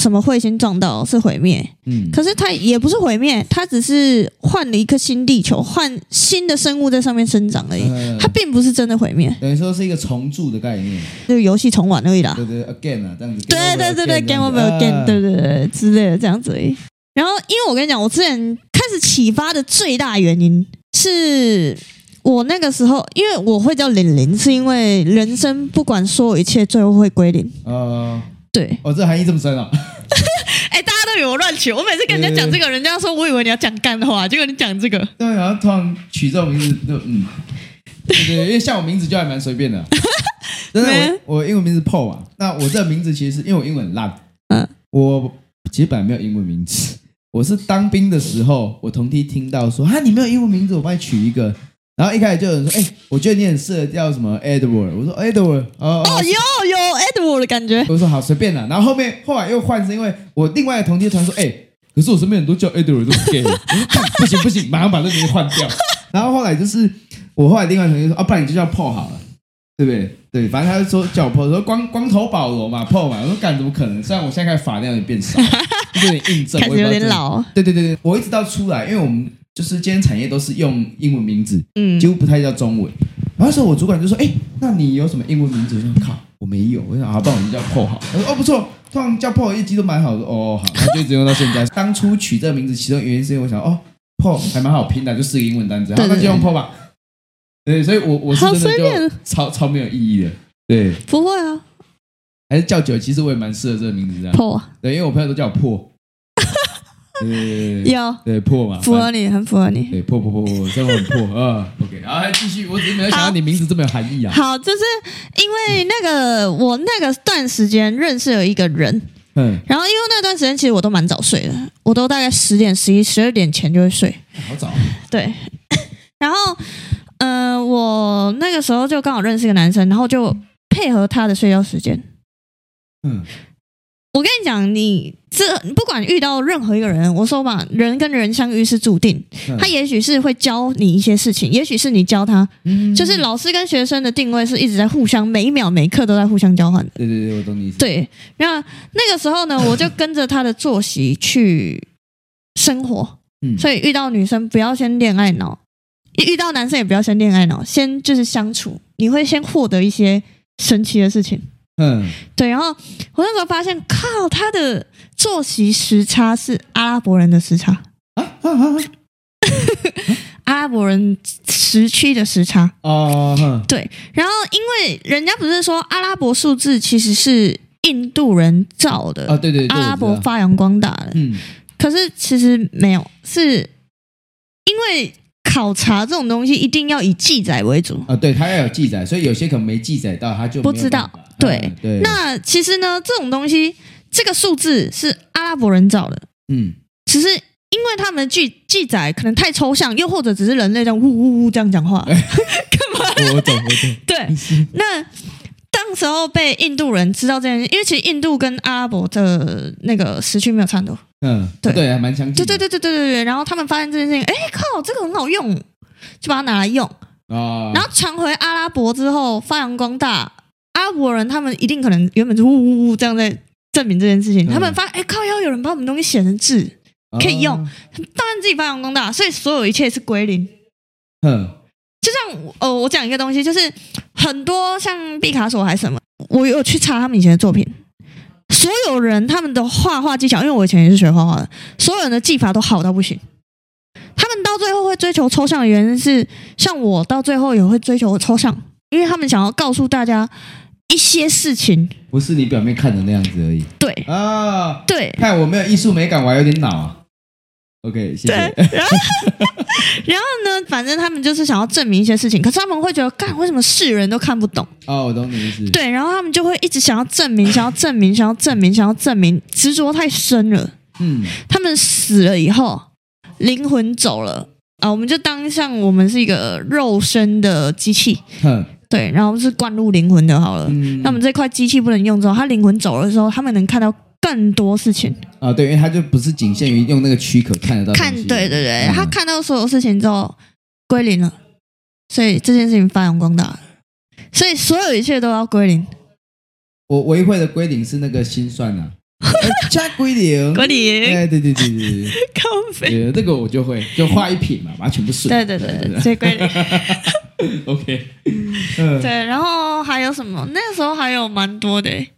[SPEAKER 1] 什么彗星撞到是毁灭，
[SPEAKER 2] 嗯，
[SPEAKER 1] 可是它也不是毁灭，它只是换了一颗新地球，换新的生物在上面生长而已。
[SPEAKER 2] 呃
[SPEAKER 1] 它并不是真的毁灭，
[SPEAKER 2] 等于说是一个重铸的概念，
[SPEAKER 1] 就是游戏重玩而已啦。
[SPEAKER 2] 对对，again 啊，这啊样子。
[SPEAKER 1] 啊 *laughs* 对对对对，game 嗯 over
[SPEAKER 2] 这样
[SPEAKER 1] again，
[SPEAKER 2] 子
[SPEAKER 1] 对。对对之类的这样子而已。然后，因为我跟你讲，我之前开始启发的最大原因是我那个时候，因为我会叫零零，是因为人生不管所有一切，最后会归零。
[SPEAKER 2] 啊呃，
[SPEAKER 1] 对，
[SPEAKER 2] 哦，这含义这么深啊？ *laughs*
[SPEAKER 1] 哎，大家都以为我乱取，我每次跟人家讲这个，人家说我以为你要讲干话，结果你讲这个。
[SPEAKER 2] 对，好像突然取这种名字就嗯，对对，因为像我名字就还蛮随
[SPEAKER 1] *laughs*
[SPEAKER 2] 便的。真的，我我英文名字 Paul 嘛，那我这名字其实是因为我英文很烂，
[SPEAKER 1] 嗯，
[SPEAKER 2] 我其实本来没有英文名字，我是当兵的时候，我同梯听到说啊你没有英文名字，我帮你取一个。然后一开始就有人说，哎、我觉得你很适合叫什么 Edward，我说 Edward，哦
[SPEAKER 1] 哦，
[SPEAKER 2] 哦，
[SPEAKER 1] 有有 Edward 的感觉，
[SPEAKER 2] 我说好随便啦。然后后面后来又换是因为我另外的同梯突然说，哎、可是我身边很多叫 Edward 都是 gay，我说干不行不行，马上把这个东西换掉。然后后来就是我后来另外同学说，啊，不然你就叫 Paul 好了，对不对？对，反正他就说叫我 Paul，说光光头保罗嘛，Paul 嘛，我说干怎么可能？虽然我现在开始发量也
[SPEAKER 1] *laughs*
[SPEAKER 2] 变少，有点印证，
[SPEAKER 1] 开
[SPEAKER 2] 我
[SPEAKER 1] 始
[SPEAKER 2] 也
[SPEAKER 1] 有
[SPEAKER 2] 不
[SPEAKER 1] 点
[SPEAKER 2] 知道真的。
[SPEAKER 1] 老。
[SPEAKER 2] 对对对对，我一直到出来，因为我们就是今天产业都是用英文名字，
[SPEAKER 1] 嗯
[SPEAKER 2] 几，乎不太叫中文。然后那时候我主管就说：“哎、那你有什么英文名字？”我说：“靠，我没有。”我想：“啊，不然我就叫 Paul 好。”他说：“哦，不错，通常叫 Paul 业绩都蛮好的。”哦，好，他就一直用到现在。 *laughs* 当初取这个名字，其中原因是因为我想，哦，Paul 还蛮好拼的，就四个英文单词，好，
[SPEAKER 1] 对
[SPEAKER 2] 那
[SPEAKER 1] 对
[SPEAKER 2] 就用 Paul 吧。对，所以我我是
[SPEAKER 1] 好
[SPEAKER 2] 真
[SPEAKER 1] 随
[SPEAKER 2] 的
[SPEAKER 1] 便
[SPEAKER 2] 就超超没有意义的。对，
[SPEAKER 1] 不会啊
[SPEAKER 2] 还是叫九，其实我也蛮适合这个名字的。
[SPEAKER 1] ，Paul
[SPEAKER 2] 对，因为我朋友都叫
[SPEAKER 1] *laughs*
[SPEAKER 2] 我破。对对对对
[SPEAKER 1] 有
[SPEAKER 2] 对破嘛，
[SPEAKER 1] 符合你，很符合你。
[SPEAKER 2] 哎对，破破破破，生活很破啊。OK，然后继续，我只是没有想到你名字这么有含义啊。
[SPEAKER 1] 好，就是因为那个我那个段时间认识了一个人，
[SPEAKER 2] 嗯，
[SPEAKER 1] 然后因为那段时间其实我都蛮早睡的，我都大概十点、十一、十二点前就会睡。
[SPEAKER 2] 哎好早。啊
[SPEAKER 1] 对， *laughs* 然后嗯、呃我那个时候就刚好认识一个男生，然后就配合他的睡觉时间。
[SPEAKER 2] 嗯，
[SPEAKER 1] 我跟你讲，你这不管遇到任何一个人，我说嘛，人跟人相遇是注定，
[SPEAKER 2] 嗯
[SPEAKER 1] 他也许是会教你一些事情，也许是你教他，
[SPEAKER 2] 嗯
[SPEAKER 1] 就是老师跟学生的定位是一直在互相，每一秒每一刻都在互相交换的。
[SPEAKER 2] 对对对，我懂你意思。，
[SPEAKER 1] 对，那那个时
[SPEAKER 2] *laughs*
[SPEAKER 1] 候呢，我就跟着他的作息去生活，
[SPEAKER 2] 嗯，
[SPEAKER 1] 所以遇到女生不要先恋爱脑，遇到男生也不要先恋爱脑，先就是相处，你会先获得一些神奇的事情。
[SPEAKER 2] 嗯，
[SPEAKER 1] 对，然后我那时候发现，靠，他的作息时差是阿拉伯人的时差，
[SPEAKER 2] 啊啊啊，
[SPEAKER 1] 阿拉伯人时区的时差。
[SPEAKER 2] 哦，哼
[SPEAKER 1] 对，然后因为人家不是说阿拉伯数字其实是印度人造的，
[SPEAKER 2] 啊，对对对，
[SPEAKER 1] 阿拉
[SPEAKER 2] 我
[SPEAKER 1] 伯
[SPEAKER 2] 知道
[SPEAKER 1] 发扬光大的，
[SPEAKER 2] 嗯，
[SPEAKER 1] 可是其实没有，是因为考察这种东西一定要以记载为主。
[SPEAKER 2] 啊，对，它要有记载，所以有些可能没记载到，它就没有
[SPEAKER 1] 不知道
[SPEAKER 2] 办法。
[SPEAKER 1] 对
[SPEAKER 2] 嗯对，
[SPEAKER 1] 那其实呢，这种东西，这个数字是阿拉伯人造的，
[SPEAKER 2] 嗯，
[SPEAKER 1] 只是因为他们的记记载可能太抽象，又或者只是人类这样呜呜呜这样讲话。
[SPEAKER 2] 我我懂我懂，
[SPEAKER 1] 对，那当时候被印度人知道这件事，因为其实印度跟阿拉伯的那个时区没有差很多。
[SPEAKER 2] 嗯，
[SPEAKER 1] 对
[SPEAKER 2] 对，还蛮相近
[SPEAKER 1] 对
[SPEAKER 2] 的，
[SPEAKER 1] 对对对对对对。然后他们发现这件事情，哎靠，这个很好用，就把它拿来用。
[SPEAKER 2] 啊，
[SPEAKER 1] 然后传回阿拉伯之后发扬光大，阿拉伯人他们一定可能原本是呜呜呜这样在证明这件事情，
[SPEAKER 2] 嗯
[SPEAKER 1] 他们发现哎、靠，要有人把我们东西写成字，可以用
[SPEAKER 2] 啊，
[SPEAKER 1] 当然自己发扬光大，所以所有一切是归零。
[SPEAKER 2] 哼，
[SPEAKER 1] 就像我呃，我讲一个东西，就是很多像毕卡索还是什么，我有去查他们以前的作品，所有人他们的画画技巧，因为我以前也是学画画的，所有人的技法都好到不行。他们到最后会追求抽象的原因是，像我到最后也会追求抽象，因为他们想要告诉大家一些事情。
[SPEAKER 2] 不是你表面看的那样子而已
[SPEAKER 1] 对
[SPEAKER 2] 啊。
[SPEAKER 1] 对，
[SPEAKER 2] 看我没有艺术美感，我还有点恼啊。OK，谢谢。
[SPEAKER 1] 然后呢，反正他们就是想要证明一些事情，可是他们会觉得，干为什么世人都看不懂？
[SPEAKER 2] *laughs* 哦，我懂你意思。
[SPEAKER 1] 对，然后他们就会一直想要证明， *coughs* 想要证明，想要证明，想要证明，执着太深了。
[SPEAKER 2] 嗯，
[SPEAKER 1] 他们死了以后，灵魂走了啊，我们就当像我们是一个肉身的机器，
[SPEAKER 2] 哼，
[SPEAKER 1] 对，然后是灌入灵魂的好了。
[SPEAKER 2] 嗯，
[SPEAKER 1] 那我们这块机器不能用之后，它灵魂走了之后，他们能看到更多事情，
[SPEAKER 2] 啊，对，因为它就不是仅限于用那个躯壳看得到东
[SPEAKER 1] 看
[SPEAKER 2] 西。
[SPEAKER 1] 对对对，
[SPEAKER 2] 嗯
[SPEAKER 1] 他看到所有事情之后归零了，所以这件事情发扬光大了，所以所有一切都要归零，
[SPEAKER 2] 我我一会的归零是那个心
[SPEAKER 1] *laughs*
[SPEAKER 2] 算啊，呃加归零。
[SPEAKER 1] 零，
[SPEAKER 2] 哎，对对对对
[SPEAKER 1] *laughs*
[SPEAKER 2] 对
[SPEAKER 1] 咖
[SPEAKER 2] *laughs*
[SPEAKER 1] 啡。
[SPEAKER 2] 对，这个我就会，就画一撇嘛，把它全部顺。
[SPEAKER 1] 对对对对，所以归零。
[SPEAKER 2] 对，OK，嗯，
[SPEAKER 1] 对，然后还有什么？那时候还有蛮多的欸、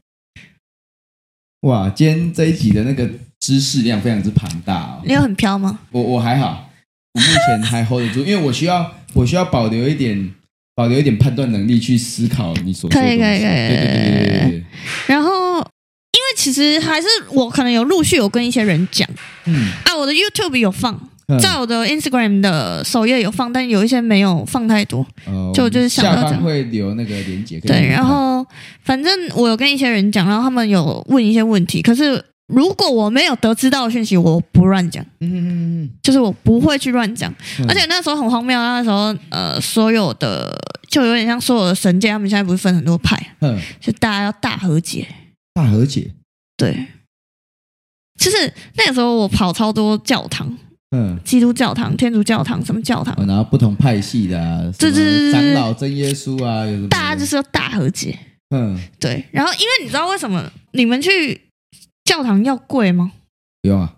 [SPEAKER 2] 哇，今天这一集的那个知识量非常之庞大哦。
[SPEAKER 1] 你有很飘吗？
[SPEAKER 2] 我我还好，我目前还 hold 得住，因为我需要我需要保留一点保留一点判断能力去思考你所说的
[SPEAKER 1] 可以
[SPEAKER 2] 东
[SPEAKER 1] 可以
[SPEAKER 2] 西
[SPEAKER 1] 可以
[SPEAKER 2] 对对对对对对，
[SPEAKER 1] 然后，因为其实还是我可能有陆续有跟一些人讲
[SPEAKER 2] 嗯，
[SPEAKER 1] 啊，我的 YouTube 有放，
[SPEAKER 2] 嗯
[SPEAKER 1] 在我的 Instagram 的首页有放，但有一些没有放太多。
[SPEAKER 2] 呃
[SPEAKER 1] 就就是想到这
[SPEAKER 2] 下方
[SPEAKER 1] 样
[SPEAKER 2] 会留那个连接。可以
[SPEAKER 1] 对，
[SPEAKER 2] 看
[SPEAKER 1] 然后反正我有跟一些人讲，然后他们有问一些问题，可是。如果我没有得知到的讯息，我不乱讲，
[SPEAKER 2] 嗯嗯嗯嗯
[SPEAKER 1] 就是我不会去乱讲。
[SPEAKER 2] 嗯，
[SPEAKER 1] 而且那时候很荒谬，那时候呃，所有的就有点像所有的神界，他们现在不是分很多派，啊
[SPEAKER 2] 嗯
[SPEAKER 1] 就大家要大和解。
[SPEAKER 2] 大和解，
[SPEAKER 1] 对，就是那个时候我跑超多教堂，
[SPEAKER 2] 嗯。
[SPEAKER 1] 基督教堂、天主教堂什么教堂，
[SPEAKER 2] 哦然后不同派系的、啊，
[SPEAKER 1] 对对对对对
[SPEAKER 2] 什么长老真耶稣啊，有什么？
[SPEAKER 1] 大家就是要大和解。
[SPEAKER 2] 嗯，
[SPEAKER 1] 对，然后因为你知道为什么你们去教堂要跪吗？
[SPEAKER 2] 不用啊。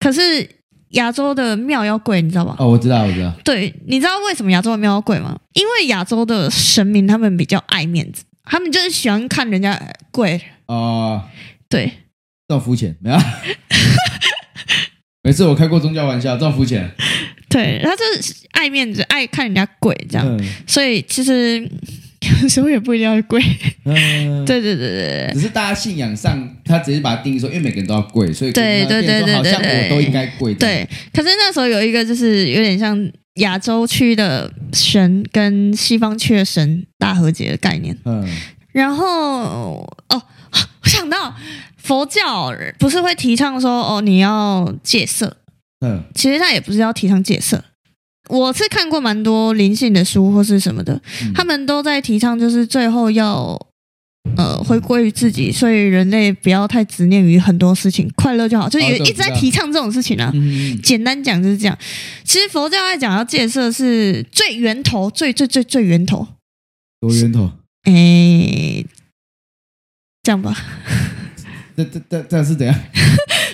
[SPEAKER 1] 可是亚洲的庙要跪，你知道吧？
[SPEAKER 2] 哦，我知道，我知道。
[SPEAKER 1] 对，你知道为什么亚洲的庙要跪吗？因为亚洲的神明他们比较爱面子，他们就是喜欢看人家跪。
[SPEAKER 2] 哦，
[SPEAKER 1] 对，
[SPEAKER 2] 这种肤浅，没有啊。 *laughs* 每次我开过宗教玩笑，这种肤浅。
[SPEAKER 1] 对，他就是爱面子，爱看人家跪这样。
[SPEAKER 2] 嗯
[SPEAKER 1] 所以其实 *laughs* 有时候也不一定要跪。
[SPEAKER 2] 嗯，
[SPEAKER 1] 对对对对
[SPEAKER 2] 只是大家信仰上，他直接把它定义说，因为每个人都要跪，所以
[SPEAKER 1] 对对对
[SPEAKER 2] 变成说好像
[SPEAKER 1] 对对对
[SPEAKER 2] 我都应该跪。
[SPEAKER 1] 对，对。可是那时候有一个就是有点像亚洲区的神跟西方区的神大和解的概念。
[SPEAKER 2] 嗯，
[SPEAKER 1] 然后哦，我想到佛教不是会提倡说哦你要戒色，
[SPEAKER 2] 嗯
[SPEAKER 1] 其实他也不是要提倡戒色。我是看过蛮多灵性的书或是什么的，
[SPEAKER 2] 嗯，
[SPEAKER 1] 他们都在提倡，就是最后要呃回归于自己，所以人类不要太执念于很多事情，快乐就好，就是
[SPEAKER 2] 哦
[SPEAKER 1] 有
[SPEAKER 2] 这我
[SPEAKER 1] 一直在
[SPEAKER 2] 知道
[SPEAKER 1] 提倡这种事情啊。
[SPEAKER 2] 嗯，嗯
[SPEAKER 1] 简单讲就是这样。其实佛教在讲要戒色是最源头，最最最最源头。
[SPEAKER 2] 多源头，
[SPEAKER 1] 哎、这样
[SPEAKER 2] *laughs*
[SPEAKER 1] 吧，
[SPEAKER 2] 这这这这是
[SPEAKER 1] *laughs*
[SPEAKER 2] 怎样？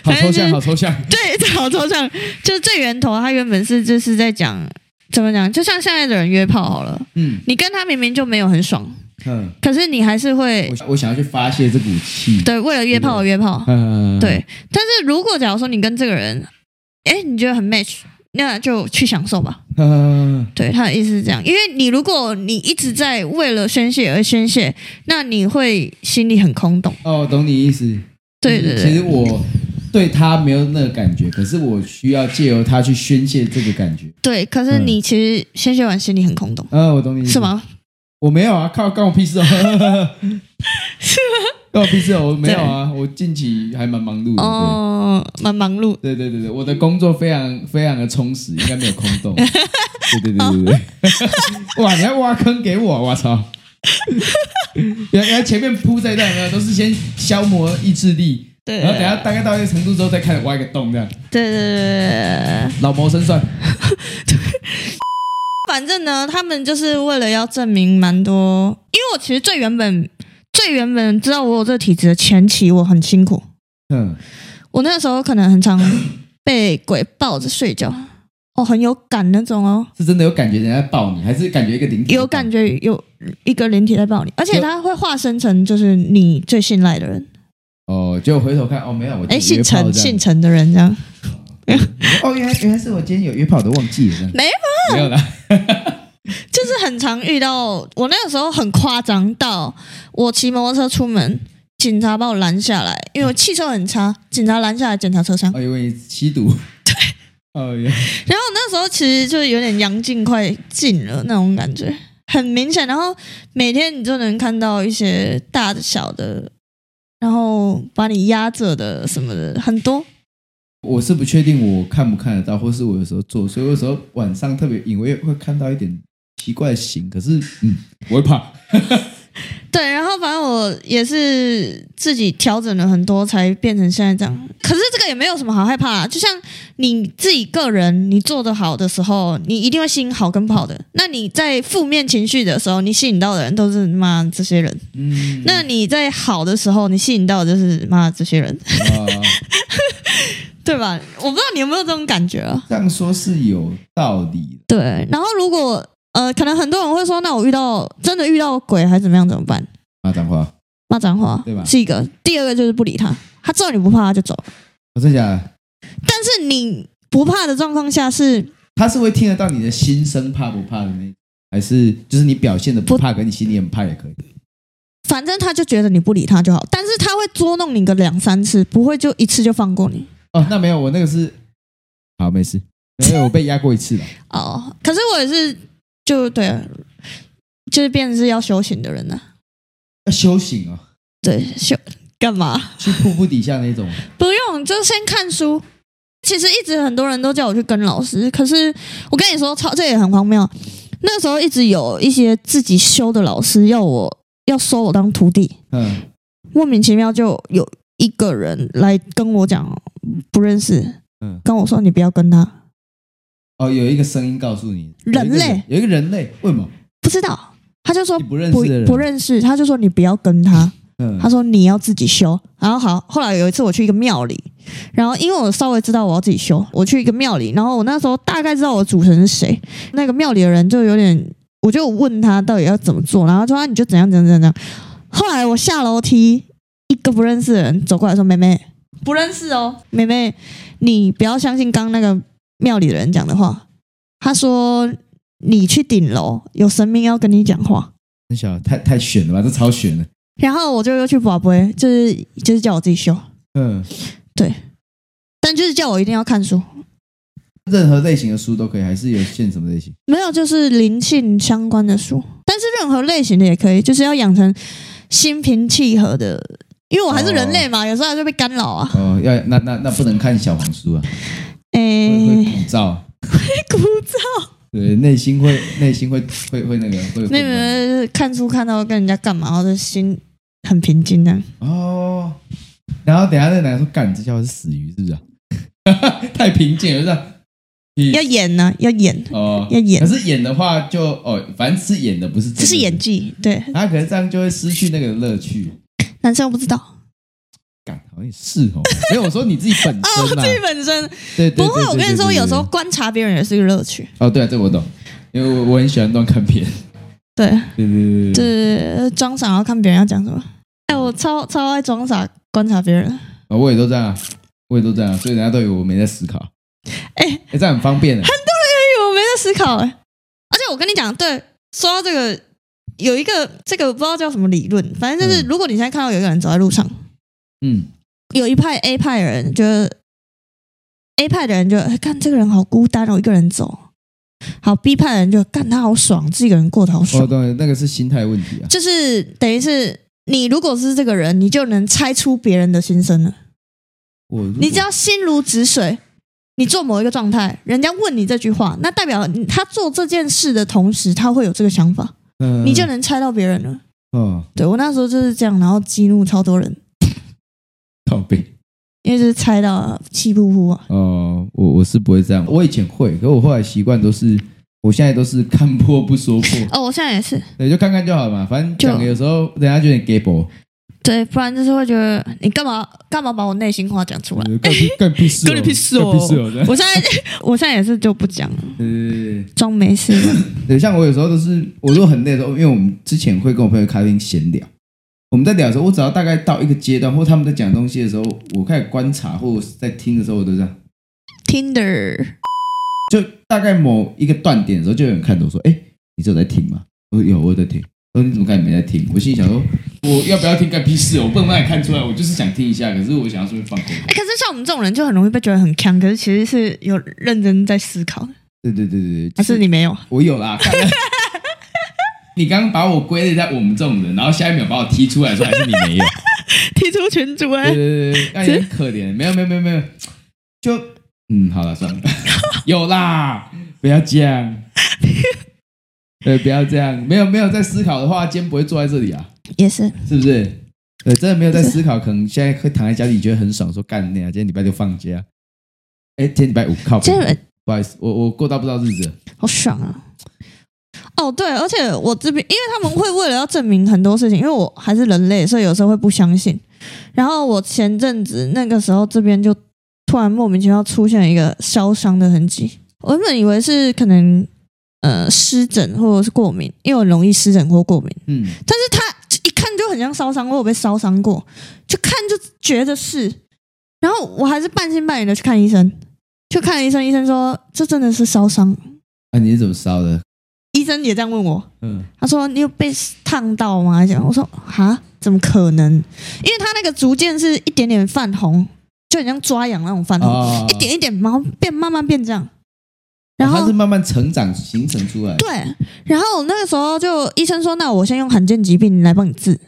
[SPEAKER 2] 好抽象，好抽象。
[SPEAKER 1] 对，这好抽象。就是最源头，它原本是就是在讲怎么讲，就像现在的人约炮好了，
[SPEAKER 2] 嗯
[SPEAKER 1] 你跟他明明就没有很爽，
[SPEAKER 2] 嗯，
[SPEAKER 1] 可是你还是会
[SPEAKER 2] 我我想要去发泄这股气。
[SPEAKER 1] 对为了约炮而约炮。
[SPEAKER 2] 嗯，嗯，嗯
[SPEAKER 1] 对，但是如果假如说你跟这个人，哎，你觉得很 match，那就去享受吧。
[SPEAKER 2] 呃，
[SPEAKER 1] 对，他的意思是这样，因为你如果你一直在为了宣泄而宣泄，那你会心里很空洞。
[SPEAKER 2] 哦，懂你意思。
[SPEAKER 1] 对对
[SPEAKER 2] 嗯其
[SPEAKER 1] 对，
[SPEAKER 2] 实我对他没有那个感觉，可是我需要借由他去宣泄这个感觉。
[SPEAKER 1] 对。可是你其实宣泄完心里很空洞，
[SPEAKER 2] 呃，我懂你意思。
[SPEAKER 1] 是？吗？
[SPEAKER 2] 我没有啊，靠，关我
[SPEAKER 1] *laughs*
[SPEAKER 2] 屁事哦。是吗？关我屁事哦，我没有啊，我近期还蛮忙碌的。
[SPEAKER 1] 哦，蛮忙碌的。
[SPEAKER 2] 对对对对，我的工作非常非常的充实，应该没有空
[SPEAKER 1] *laughs*
[SPEAKER 2] 洞。对对对对对，哇！你还挖坑给我，我操！原原来前面铺这一段呢，都是先消磨意志力，
[SPEAKER 1] 对
[SPEAKER 2] 然后等下大概到一个程度之后，再开始挖一个洞，这样
[SPEAKER 1] 对对对对。
[SPEAKER 2] 老谋深算。
[SPEAKER 1] 反正呢，他们就是为了要证明蛮多，因为我其实最原本、最原本知道我有这个体质的前期，我很辛苦，
[SPEAKER 2] 嗯，
[SPEAKER 1] 我那时候可能很
[SPEAKER 2] *laughs*
[SPEAKER 1] 常被鬼抱着睡觉，哦，很有感那种哦，
[SPEAKER 2] 是真的有感觉人家抱你，还是感觉一个灵体
[SPEAKER 1] 有感？觉有一个灵体在抱你，而且他会化身成就是你最信赖的人，
[SPEAKER 2] 哦，结果回头看，哦，没有，我
[SPEAKER 1] 哎，
[SPEAKER 2] 今天
[SPEAKER 1] 姓
[SPEAKER 2] 有约
[SPEAKER 1] 陈
[SPEAKER 2] 炮这样
[SPEAKER 1] 姓陈的人这样，
[SPEAKER 2] 哦，原来原来是我今天有约炮，我都忘记了这样。
[SPEAKER 1] 没啊
[SPEAKER 2] 有，没有啦。
[SPEAKER 1] 就是很常遇到。我那个时候很夸张到我骑摩托车出门。警察把我拦下来，因为我气色很差，警察拦下来检查车厢。
[SPEAKER 2] 哦，因为
[SPEAKER 1] *laughs*
[SPEAKER 2] 吸毒。对。哦，原来
[SPEAKER 1] 然后那时候其实就有点阳尽快尽了那种感觉，很明显。然后每天你就能看到一些大的小的，然后把你压着的什么的很多。
[SPEAKER 2] 我是不确定我看不看得到，或是我有时候做，所以我有时候晚上特别隐约会看到一点奇怪的形，可是嗯，我会怕。
[SPEAKER 1] 对，然后反正我也是自己调整了很多，才变成现在这样。可是这个也没有什么好害怕、啊，就像你自己个人，你做得好的时候，你一定会吸引好跟不好的。那你在负面情绪的时候，你吸引到的人都是妈这些人。
[SPEAKER 2] 嗯，
[SPEAKER 1] 那你在好的时候，你吸引到的就是妈这些人，
[SPEAKER 2] 啊、
[SPEAKER 1] 对吧？我不知道你有没有这种感觉啊？
[SPEAKER 2] 这样说是有道理
[SPEAKER 1] 对。然后如果呃，可能很多人会说，那我遇到真的遇到鬼还怎么样怎么办？
[SPEAKER 2] 的。啊，讲话，
[SPEAKER 1] 骂脏话，
[SPEAKER 2] 对吧
[SPEAKER 1] 是一个。第二个就是不理他，他知道你不怕他就走。
[SPEAKER 2] 我真假的？
[SPEAKER 1] 但是你不怕的状况下是
[SPEAKER 2] 他是会听得到你的心声，怕不怕的那，还是就是你表现的不怕，可你心里很怕也可以。
[SPEAKER 1] 反正他就觉得你不理他就好，但是他会捉弄你个两三次，不会就一次就放过你
[SPEAKER 2] 哦，那没有，我那个是好，
[SPEAKER 1] *laughs*
[SPEAKER 2] 没事，没有，我被压过一次了。
[SPEAKER 1] 哦。可是我也是，就对啊，就是变成是要修行的人了、啊
[SPEAKER 2] 要修行哦，
[SPEAKER 1] 对，修干嘛？
[SPEAKER 2] 去瀑布底下那种。
[SPEAKER 1] 不用，就先看书。其实一直很多人都叫我去跟老师，可是我跟你说，超这也很荒谬。那时候一直有一些自己修的老师要我要收我当徒弟，
[SPEAKER 2] 嗯，
[SPEAKER 1] 莫名其妙就有一个人来跟我讲不认识，
[SPEAKER 2] 嗯
[SPEAKER 1] 跟我说你不要跟他，
[SPEAKER 2] 哦，有一个声音告诉你，
[SPEAKER 1] 人类
[SPEAKER 2] 有一个人有一个人类，为什么？
[SPEAKER 1] 不知道，他就说
[SPEAKER 2] 你不认识的人
[SPEAKER 1] 哦不认识，他就说你不要跟他，
[SPEAKER 2] 嗯
[SPEAKER 1] 他说你要自己修。然后好，后来有一次我去一个庙里，然后因为我稍微知道我要自己修，我去一个庙里，然后我那时候大概知道我的主神是谁，那个庙里的人就有点，我就问他到底要怎么做，然后他说、啊、你就怎样怎样怎样怎样。后来我下楼梯，一个不认识的人走过来说：“妹妹，不认识哦，妹妹，你不要相信刚那个庙里的人讲的话。”他说：“你去顶楼，有神明要跟你讲话。”
[SPEAKER 2] 很小，太太悬了吧？这超悬了。
[SPEAKER 1] 然后我就又去宝贝，就是就是叫我自己修，
[SPEAKER 2] 嗯，
[SPEAKER 1] 但就是叫我一定要看书，
[SPEAKER 2] 任何类型的书都可以，还是有限什么类型？
[SPEAKER 1] 没有就是灵性相关的书，但是任何类型的也可以，就是要养成心平气和的，因为我还是人类嘛，有时候还是被干扰啊。
[SPEAKER 2] 哦，要那那那不能看小黄书啊，
[SPEAKER 1] 哎
[SPEAKER 2] 会会
[SPEAKER 1] 诶，
[SPEAKER 2] 鼓噪，
[SPEAKER 1] 枯燥，
[SPEAKER 2] 对，内心会内心会会会那个会有
[SPEAKER 1] 那
[SPEAKER 2] 混乱
[SPEAKER 1] 个看书看到跟人家干嘛，然后就心很平静这样。
[SPEAKER 2] 哦。然后等一下那男的说：“干，你这家伙是死鱼是不是啊？ *laughs* 太平静了，是吧？”
[SPEAKER 1] 要演呢、要演，
[SPEAKER 2] 哦，
[SPEAKER 1] 要演
[SPEAKER 2] 可是演的话就哦，反正是演的，不是
[SPEAKER 1] 这是演
[SPEAKER 2] 技。
[SPEAKER 1] 技。对，
[SPEAKER 2] 他可能这样就会失去那个乐趣。
[SPEAKER 1] 男生我不知道啊
[SPEAKER 2] 干，好像也是哦。没有，我说你自己本
[SPEAKER 1] 哦，
[SPEAKER 2] 身
[SPEAKER 1] 自
[SPEAKER 2] 啦，
[SPEAKER 1] 己本身
[SPEAKER 2] 对对对
[SPEAKER 1] 不会。
[SPEAKER 2] 对
[SPEAKER 1] 我
[SPEAKER 2] 对
[SPEAKER 1] 跟你
[SPEAKER 2] 对
[SPEAKER 1] 说，
[SPEAKER 2] 对
[SPEAKER 1] 有时候
[SPEAKER 2] 对
[SPEAKER 1] 观察别人也是一个乐趣。
[SPEAKER 2] 哦，对啊，这我懂，因为我我很喜欢乱看片。
[SPEAKER 1] 对，
[SPEAKER 2] 对对对对。
[SPEAKER 1] 就是装傻，然后看别人要讲什么。哎、我超超爱装傻，观察别人。
[SPEAKER 2] 哦啊，我也都这样啊，我也都这样啊，所以人家都以为我没在思考。
[SPEAKER 1] 哎、
[SPEAKER 2] 欸这样很方便的。
[SPEAKER 1] 我没在思考哎、而且我跟你讲，对，说到这个，有一个这个不知道叫什么理论，反正就是
[SPEAKER 2] 嗯
[SPEAKER 1] 如果你现在看到有一个人走在路上，
[SPEAKER 2] 嗯，
[SPEAKER 1] 有一派 A 派的人觉得 A 派的人就哎看这个人好孤单哦，一个人走。好，B 派的人就干他好爽，自己一个人过得好爽
[SPEAKER 2] 哦，。对，那个是心态问题啊。
[SPEAKER 1] 就是等于是你如果是这个人，你就能猜出别人的心声了。
[SPEAKER 2] 我如果
[SPEAKER 1] 你只要心如止水，你做某一个状态，人家问你这句话，那代表你他做这件事的同时，他会有这个想法，
[SPEAKER 2] 嗯
[SPEAKER 1] 你就能猜到别人了。
[SPEAKER 2] 哦，
[SPEAKER 1] 对我那时候就是这样，然后激怒超多人，
[SPEAKER 2] 靠背
[SPEAKER 1] 因为就是猜到啊气呼呼啊。
[SPEAKER 2] 哦，我我是不会这样，我以前会，可我后来习惯都是，我现在都是看破不说
[SPEAKER 1] *laughs*
[SPEAKER 2] 破，
[SPEAKER 1] 哦，我现在也是，
[SPEAKER 2] 对，就看看就好嘛，反正
[SPEAKER 1] 就
[SPEAKER 2] 讲的有时候人家觉得你 gay 博，
[SPEAKER 1] 对，不然就是会觉得你干嘛干嘛把我内心话讲出来。
[SPEAKER 2] 干屁干屁事哦，
[SPEAKER 1] 哎干你屁事哦
[SPEAKER 2] 干屁事哦，这样
[SPEAKER 1] 我现在 *laughs* 我现在也是就不讲，了，
[SPEAKER 2] 对对对对
[SPEAKER 1] 装没
[SPEAKER 2] *laughs*
[SPEAKER 1] 事。
[SPEAKER 2] 对，像我有时候都是，我如果很累的时候，因为我们之前会跟我朋友咖啡厅闲聊，我们在聊的时候，我只要大概到一个阶段，或他们在讲东西的时候，我开始观察，或我在听的时候，我都这样，
[SPEAKER 1] Tinder，
[SPEAKER 2] 就大概某一个断点的时候，就有人看着我说：“哎、你这有在听吗？”我说：“有，我有在听。”他说：“你怎么刚才没在听？”我心里想说：“我要不要听干屁事哦？我不能让你看出来，我就是想听一下，可是我想要顺便放空。
[SPEAKER 1] 哎、可是像我们这种人就很容易被觉得很强，可是其实是有认真在思考的，”
[SPEAKER 2] 对对对对对，
[SPEAKER 1] 还啊是你没有？
[SPEAKER 2] 我有啦。看 *laughs* 你刚刚把我归类在我们这种人，然后下一秒把我踢出来，说还是你没有。
[SPEAKER 1] 踢出群主哎、
[SPEAKER 2] 嗯对对对对，那也很可怜。没有没有没有没有，就嗯，好了算了，有啦，不要这样。对，不要这样。没有没有在思考的话，今天不会坐在这里啊，
[SPEAKER 1] 也是，
[SPEAKER 2] 是不是？对，真的没有在思考，可能现在会躺在家里觉得很爽，说干你啊，今天礼拜六放假。哎，今天礼拜五靠北
[SPEAKER 1] 今天礼，
[SPEAKER 2] 不好意思，我我过到不知道日子了。
[SPEAKER 1] 好爽啊！哦，对，而且我这边，因为他们会为了要证明很多事情，因为我还是人类，所以有时候会不相信。然后我前阵子那个时候，这边就突然莫名其妙出现一个烧伤的痕迹，我原本以为是可能呃湿疹或者是过敏，因为我很容易湿疹或过敏。
[SPEAKER 2] 嗯，
[SPEAKER 1] 但是他一看就很像烧伤，我有被烧伤过，就看就觉得是。然后我还是半信半疑的去看医生，去看了医生，医生说这真的是烧伤。
[SPEAKER 2] 那、你是怎么烧的？
[SPEAKER 1] 医生也这样问我，
[SPEAKER 2] 嗯，
[SPEAKER 1] 他说你有被烫到吗？讲我说哈，怎么可能？因为他那个逐渐是一点点泛红，就很像抓痒那种泛红，
[SPEAKER 2] 哦，
[SPEAKER 1] 一点一点毛变慢慢变这样。然
[SPEAKER 2] 它
[SPEAKER 1] 后
[SPEAKER 2] 哦是慢慢成长形成出来的。
[SPEAKER 1] 对，然后那个时候就医生说，那我先用罕见疾病来帮你治，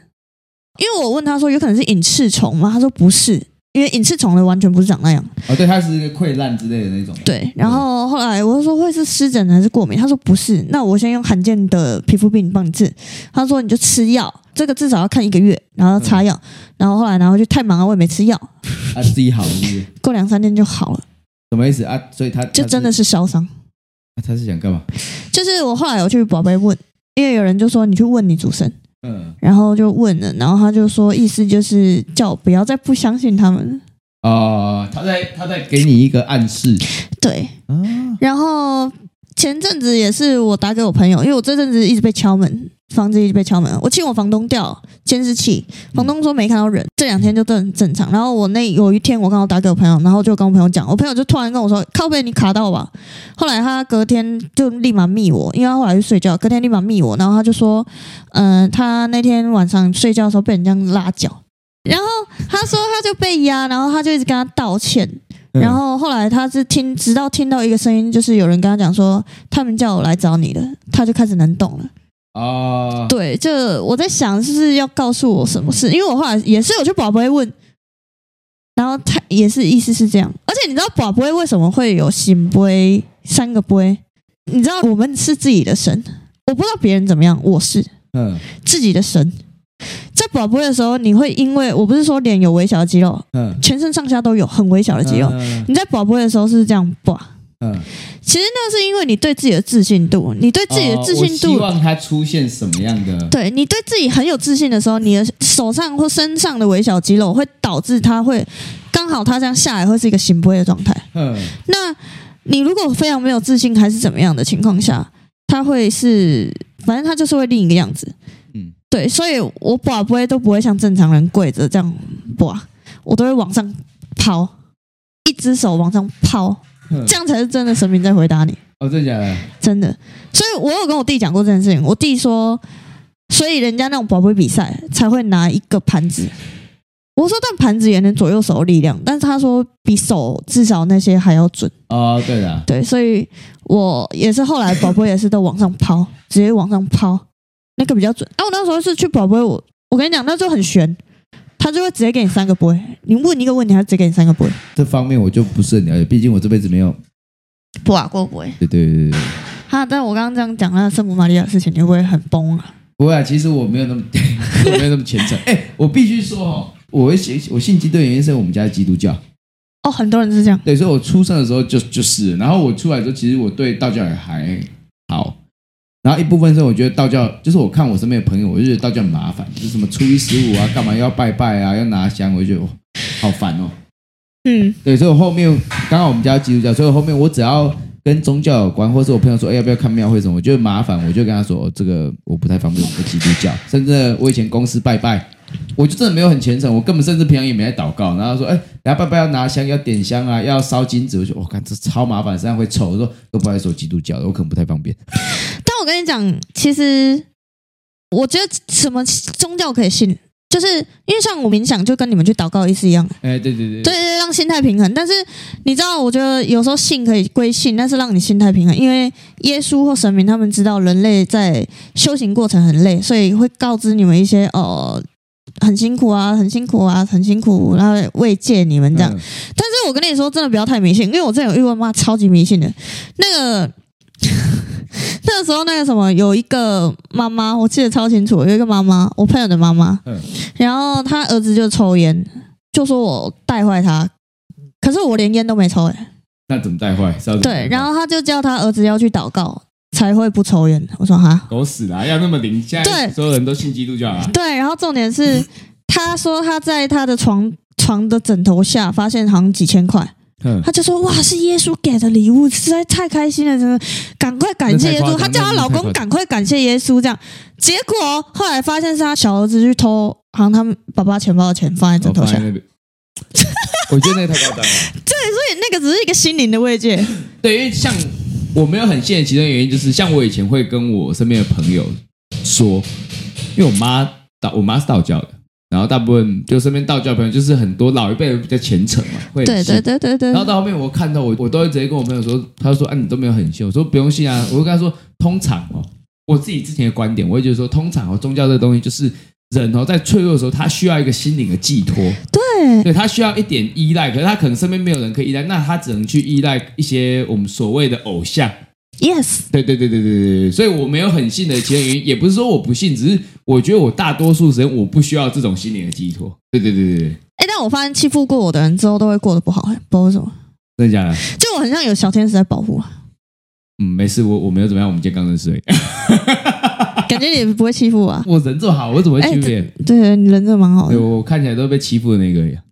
[SPEAKER 1] 因为我问他说有可能是隐翅虫吗？他说不是，因为隐翅虫的完全不是长那样。
[SPEAKER 2] 哦，对，它是一个溃烂之类的那种。
[SPEAKER 1] 对，然后后来我就说会是湿疹还是过敏，他说不是，那我先用罕见的皮肤病帮你治。他说你就吃药，这个至少要看一个月，然后擦药，然后后来然后就太忙了，我也没吃药，
[SPEAKER 2] 啊，自己好是不是？
[SPEAKER 1] 过两三天就好了，
[SPEAKER 2] 什么意思啊？所以他
[SPEAKER 1] 就真的
[SPEAKER 2] 是
[SPEAKER 1] 是烧伤。
[SPEAKER 2] 啊他是想干嘛？
[SPEAKER 1] 就是我后来有去宝贝问，因为有人就说你去问你主神。
[SPEAKER 2] 嗯，
[SPEAKER 1] 然后就问了，然后他就说，意思就是叫我不要再不相信他们了。
[SPEAKER 2] 哦，他在他在给你一个暗示
[SPEAKER 1] 对，
[SPEAKER 2] 啊，
[SPEAKER 1] 然后前阵子也是我打给我朋友，因为我这阵子一直被敲门，房子一直被敲门，我请我房东调监视器，房东说没看到人，这两天就都很正常。然后我那有一天我刚好打给我朋友，然后就跟我朋友讲，我朋友就突然跟我说，靠背你卡到吧。后来他隔天就立马密我，因为他后来去睡觉，隔天立马密我，然后他就说，嗯、他那天晚上睡觉的时候被人这样拉脚。然后他说他就被压，然后他就一直跟他道歉，
[SPEAKER 2] 嗯
[SPEAKER 1] 然后后来他是听，直到听到一个声音，就是有人跟他讲说，他们叫我来找你的，他就开始能动了。
[SPEAKER 2] 哦，
[SPEAKER 1] 对，就我在想，是不是要告诉我什么事？因为我后来也是有去宝贝问，然后他也是意思是这样。而且你知道宝贝为什么会有醒杯三个杯？你知道我们是自己的神，我不知道别人怎么样，我是
[SPEAKER 2] 嗯
[SPEAKER 1] 自己的神。在宝贝的时候，你会因为我不是说脸有微小的肌肉，
[SPEAKER 2] 嗯，
[SPEAKER 1] 全身上下都有很微小的肌肉。
[SPEAKER 2] 嗯
[SPEAKER 1] 你在宝贝的时候是这样吧？
[SPEAKER 2] 嗯，
[SPEAKER 1] 其实那是因为你对自己的自信度，你对自己的自信
[SPEAKER 2] 哦我希
[SPEAKER 1] 度，
[SPEAKER 2] 望他出现什么样的？
[SPEAKER 1] 对你对自己很有自信的时候，你的手上或身上的微小肌肉会导致它会刚好它这样下来会是一个行不会的状态。
[SPEAKER 2] 嗯，
[SPEAKER 1] 那你如果非常没有自信还是怎么样的情况下，它会是反正它就是会另一个样子。
[SPEAKER 2] 嗯
[SPEAKER 1] 对，所以我把不会都不会像正常人跪着这样把，我都会往上抛，一只手往上抛，
[SPEAKER 2] 嗯
[SPEAKER 1] 这样才是真的神明在回答你，
[SPEAKER 2] 哦，真的假的？
[SPEAKER 1] 真的。所以我有跟我弟讲过这件事情，我弟说，所以人家那种宝贝比赛才会拿一个盘子。我说，但盘子也能左右手的力量，但是他说比手至少那些还要准。
[SPEAKER 2] 哦，对的，
[SPEAKER 1] 对，所以我也是后来宝贝也是都往上抛，直接往上抛，那个比较准。啊，我那时候是去宝贝，我我跟你讲，那就很悬，他就会直接给你三个波，你问一个问题，他直接给你三个波，
[SPEAKER 2] 这方面我就不是很了解，毕竟我这辈子没有。
[SPEAKER 1] 不啊，过波。
[SPEAKER 2] 对对对对对，
[SPEAKER 1] 哈，但我刚刚这样讲那圣母玛利亚的事情，你会不会很崩啊？
[SPEAKER 2] 不会啊，其实我没有那么， *laughs* 我没有那么虔诚。哎、我必须说哦，我信我信基督的原因是我们家基督教，
[SPEAKER 1] 哦，很多人是这样，
[SPEAKER 2] 对，所以我出生的时候就就是，然后我出来的时候，其实我对道教也还好。然后一部分是我觉得道教，就是我看我身边的朋友，我就觉得道教很麻烦，就是什么初一十五啊，干嘛要拜拜啊，要拿香，我就觉得哦好烦哦。
[SPEAKER 1] 嗯，
[SPEAKER 2] 对，所以我后面刚好我们家基督教，所以我后面我只要跟宗教有关，或是我朋友说，哎，要不要看庙会什么，我觉得麻烦，我就跟他说，哦，这个我不太方便，我基督教，甚至我以前公司拜拜， *laughs* 我就真的没有很虔诚，我根本甚至平常也没在祷告，然后他说，哎，等下拜拜要拿香，要点香啊，要烧金纸，我说，我、看这超麻烦，身上会臭，我说都不好意思，我基督教的，我可能不太方便。
[SPEAKER 1] 但我跟你讲，其实我觉得什么宗教可以信，就是因为像我冥想就跟你们去祷告意思一样，
[SPEAKER 2] *laughs* 哎，对对对
[SPEAKER 1] 对对，对，让心态平衡。但是你知道，我觉得有时候信可以归信，但是让你心态平衡，因为耶稣或神明他们知道人类在修行过程很累，所以会告知你们一些哦。很辛苦啊，很辛苦啊，很辛苦，然后慰藉你们这
[SPEAKER 2] 嗯
[SPEAKER 1] 样。但是我跟你说，真的不要太迷信，因为我真的有遇过妈超级迷信的。那个 *laughs* 那个时候，那个什么，有一个妈妈，我记得超清楚，有一个妈妈，我朋友的妈妈，
[SPEAKER 2] 嗯
[SPEAKER 1] 然后她儿子就抽烟，就说我带坏他，可是我连烟都没抽、欸，
[SPEAKER 2] 那怎么带坏？烧纸
[SPEAKER 1] 对，然后他就叫他儿子要去祷告才会不抽烟，我说哈，
[SPEAKER 3] 狗屎啦！要那么灵，现在
[SPEAKER 1] 对
[SPEAKER 3] 所有人都信基督教
[SPEAKER 2] 啊 *laughs*
[SPEAKER 3] 啦。
[SPEAKER 1] 对，然后重点是，他说他在他的床床的枕头下发现好像几千块， *laughs*
[SPEAKER 2] 嗯
[SPEAKER 1] 他就说哇，是耶稣给的礼物，实在太开心了，真的，赶快感谢耶
[SPEAKER 2] 那太
[SPEAKER 1] 稣。
[SPEAKER 2] 夸张
[SPEAKER 1] 他叫她老
[SPEAKER 2] 那
[SPEAKER 1] 公
[SPEAKER 2] 太夸张
[SPEAKER 1] 赶快感谢耶稣，这样，结果后来发现是他小儿子去偷，好像他们爸爸钱包的钱放在枕
[SPEAKER 2] 我
[SPEAKER 1] 头
[SPEAKER 2] 放
[SPEAKER 1] 下，
[SPEAKER 2] 在
[SPEAKER 1] 所
[SPEAKER 2] 那边， *laughs* 我觉得那个太夸张了。
[SPEAKER 1] 以那个只是一个心灵的慰藉。
[SPEAKER 2] 对，因为像我没有很信的其中原因，就是像我以前会跟我身边的朋友说，因为我妈道，我妈是道教的，然后大部分就身边道教朋友就是很多老一辈比较虔诚嘛，会
[SPEAKER 1] 对对
[SPEAKER 2] 信。
[SPEAKER 1] 对对对
[SPEAKER 2] 然，后到后面我看到我，我都会直接跟我朋友说，他说啊你都没有很信，我说不用信啊，我就跟他说，通常哦，我自己之前的观点，我会觉得说，通常哦，宗教这个东西就是人哦在脆弱的时候，他需要一个心灵的寄托，
[SPEAKER 1] 对
[SPEAKER 2] 对他需要一点依赖，可是他可能身边没有人可以依赖，那他只能去依赖一些我们所谓的偶像。
[SPEAKER 1] ，yes，
[SPEAKER 2] 对对对对对对对，所以我没有很信的其他原因，也不是说我不信，只是我觉得我大多数时间我不需要这种心灵的寄托。对对对对对，
[SPEAKER 1] 哎，但我发现欺负过我的人之后都会过得不好，哎不知道为什么，
[SPEAKER 2] 真的假的？
[SPEAKER 1] 就我很像有小天使在保护 *laughs* 啊，
[SPEAKER 2] 嗯，没事，我我没有怎么样，我们今天刚认识而已。 *laughs*
[SPEAKER 1] 感觉你不会欺负我啊。
[SPEAKER 2] 我人这么好，我怎么会
[SPEAKER 1] 哎
[SPEAKER 2] 欺负别人？
[SPEAKER 1] 对，你人真的蛮好
[SPEAKER 2] 对
[SPEAKER 1] 的
[SPEAKER 2] 我看起来都被欺负的那个而已啊，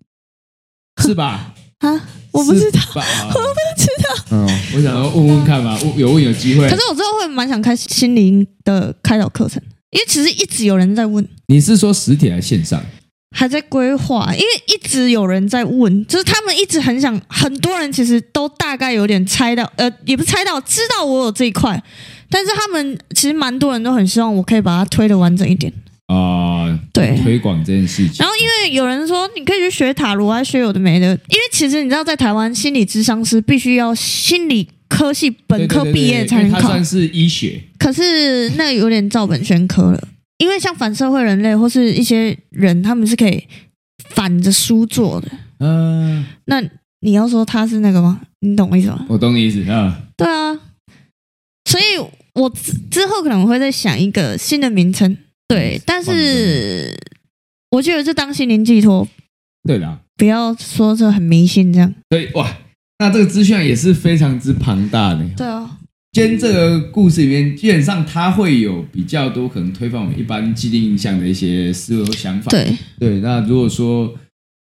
[SPEAKER 2] 是吧？
[SPEAKER 1] 啊， *laughs* 我不知道。
[SPEAKER 2] 道，我不知道。嗯，我想要问问看吧，我有问有机会
[SPEAKER 1] 可。是我之后会蛮想开心灵的开导课程，因为其实一直有人在问，
[SPEAKER 2] 你是说实体还是线上？
[SPEAKER 1] 还在规划，因为一直有人在问，就是他们一直很想，很多人其实都大概有点猜到，呃，也不是猜到，知道我有这一块，但是他们其实蛮多人都很希望我可以把它推的完整一点。
[SPEAKER 2] 啊、
[SPEAKER 1] 对
[SPEAKER 2] 推广这件事情。
[SPEAKER 1] 然后因为有人说你可以去学塔罗啊，学有的没的，因为其实你知道，在台湾心理咨商师必须要心理科系本科
[SPEAKER 2] 对对对对
[SPEAKER 1] 毕业才
[SPEAKER 2] 因
[SPEAKER 1] 能
[SPEAKER 2] 为它
[SPEAKER 1] 考，
[SPEAKER 2] 算是医学，
[SPEAKER 1] 可是那有点照本宣科了，因为像反社会人类或是一些人，他们是可以反着书做的。
[SPEAKER 2] 嗯、
[SPEAKER 1] 那你要说他是那个吗？你懂我意思吗？
[SPEAKER 2] 我懂你意思啊、
[SPEAKER 1] 对啊，所以我之之后可能会再想一个新的名称，对，但是我觉得就当心灵寄托，
[SPEAKER 2] 对啦，
[SPEAKER 1] 不要说这很迷信这样。
[SPEAKER 2] 所以哇，那这个资讯量也是非常之庞大的。
[SPEAKER 1] 对啊，
[SPEAKER 2] 今天这个故事里面，基本上它会有比较多可能推翻我们一般既定印象的一些思维和想法。
[SPEAKER 1] 对，
[SPEAKER 2] 对，那如果说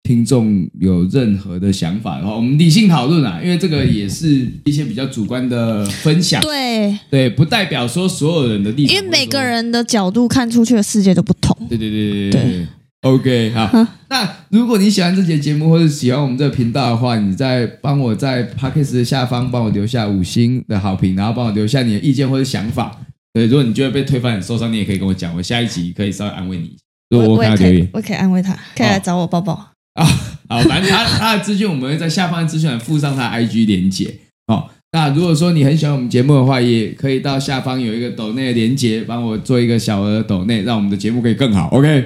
[SPEAKER 2] 听众有任何的想法的话，我们理性讨论啊，因为这个也是一些比较主观的分享，
[SPEAKER 1] 对，
[SPEAKER 2] 对，不代表说所有人的立场，
[SPEAKER 1] 因为每个
[SPEAKER 2] 或者说
[SPEAKER 1] 人的角度看出去的世界都不同。
[SPEAKER 2] 对对对对
[SPEAKER 1] 对嗯
[SPEAKER 2] 对。 OK，好。
[SPEAKER 1] 好
[SPEAKER 2] 那如果你喜欢这节节目或者喜欢我们这个频道的话，你在帮我在 Podcast 的下方帮我留下五星的好评，然后帮我留下你的意见或者想法。对，如果你觉得被推翻很受伤，你也可以跟我讲，我下一集可以稍微安慰你一下。如果
[SPEAKER 1] 我
[SPEAKER 2] 看
[SPEAKER 1] 也
[SPEAKER 2] 到
[SPEAKER 1] 可
[SPEAKER 2] 留
[SPEAKER 1] 以
[SPEAKER 2] 言，，
[SPEAKER 1] 我可以安慰他，可以来找我抱抱。
[SPEAKER 2] 啊好，反正他他的资讯我们会在下方的资讯栏附上他的 IG 连接。哦，那如果说你很喜欢我们节目的话，也可以到下方有一个抖内的连接，帮我做一个小额的抖内，让我们的节目可以更好。OK，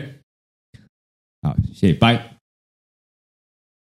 [SPEAKER 2] 好，谢谢，拜。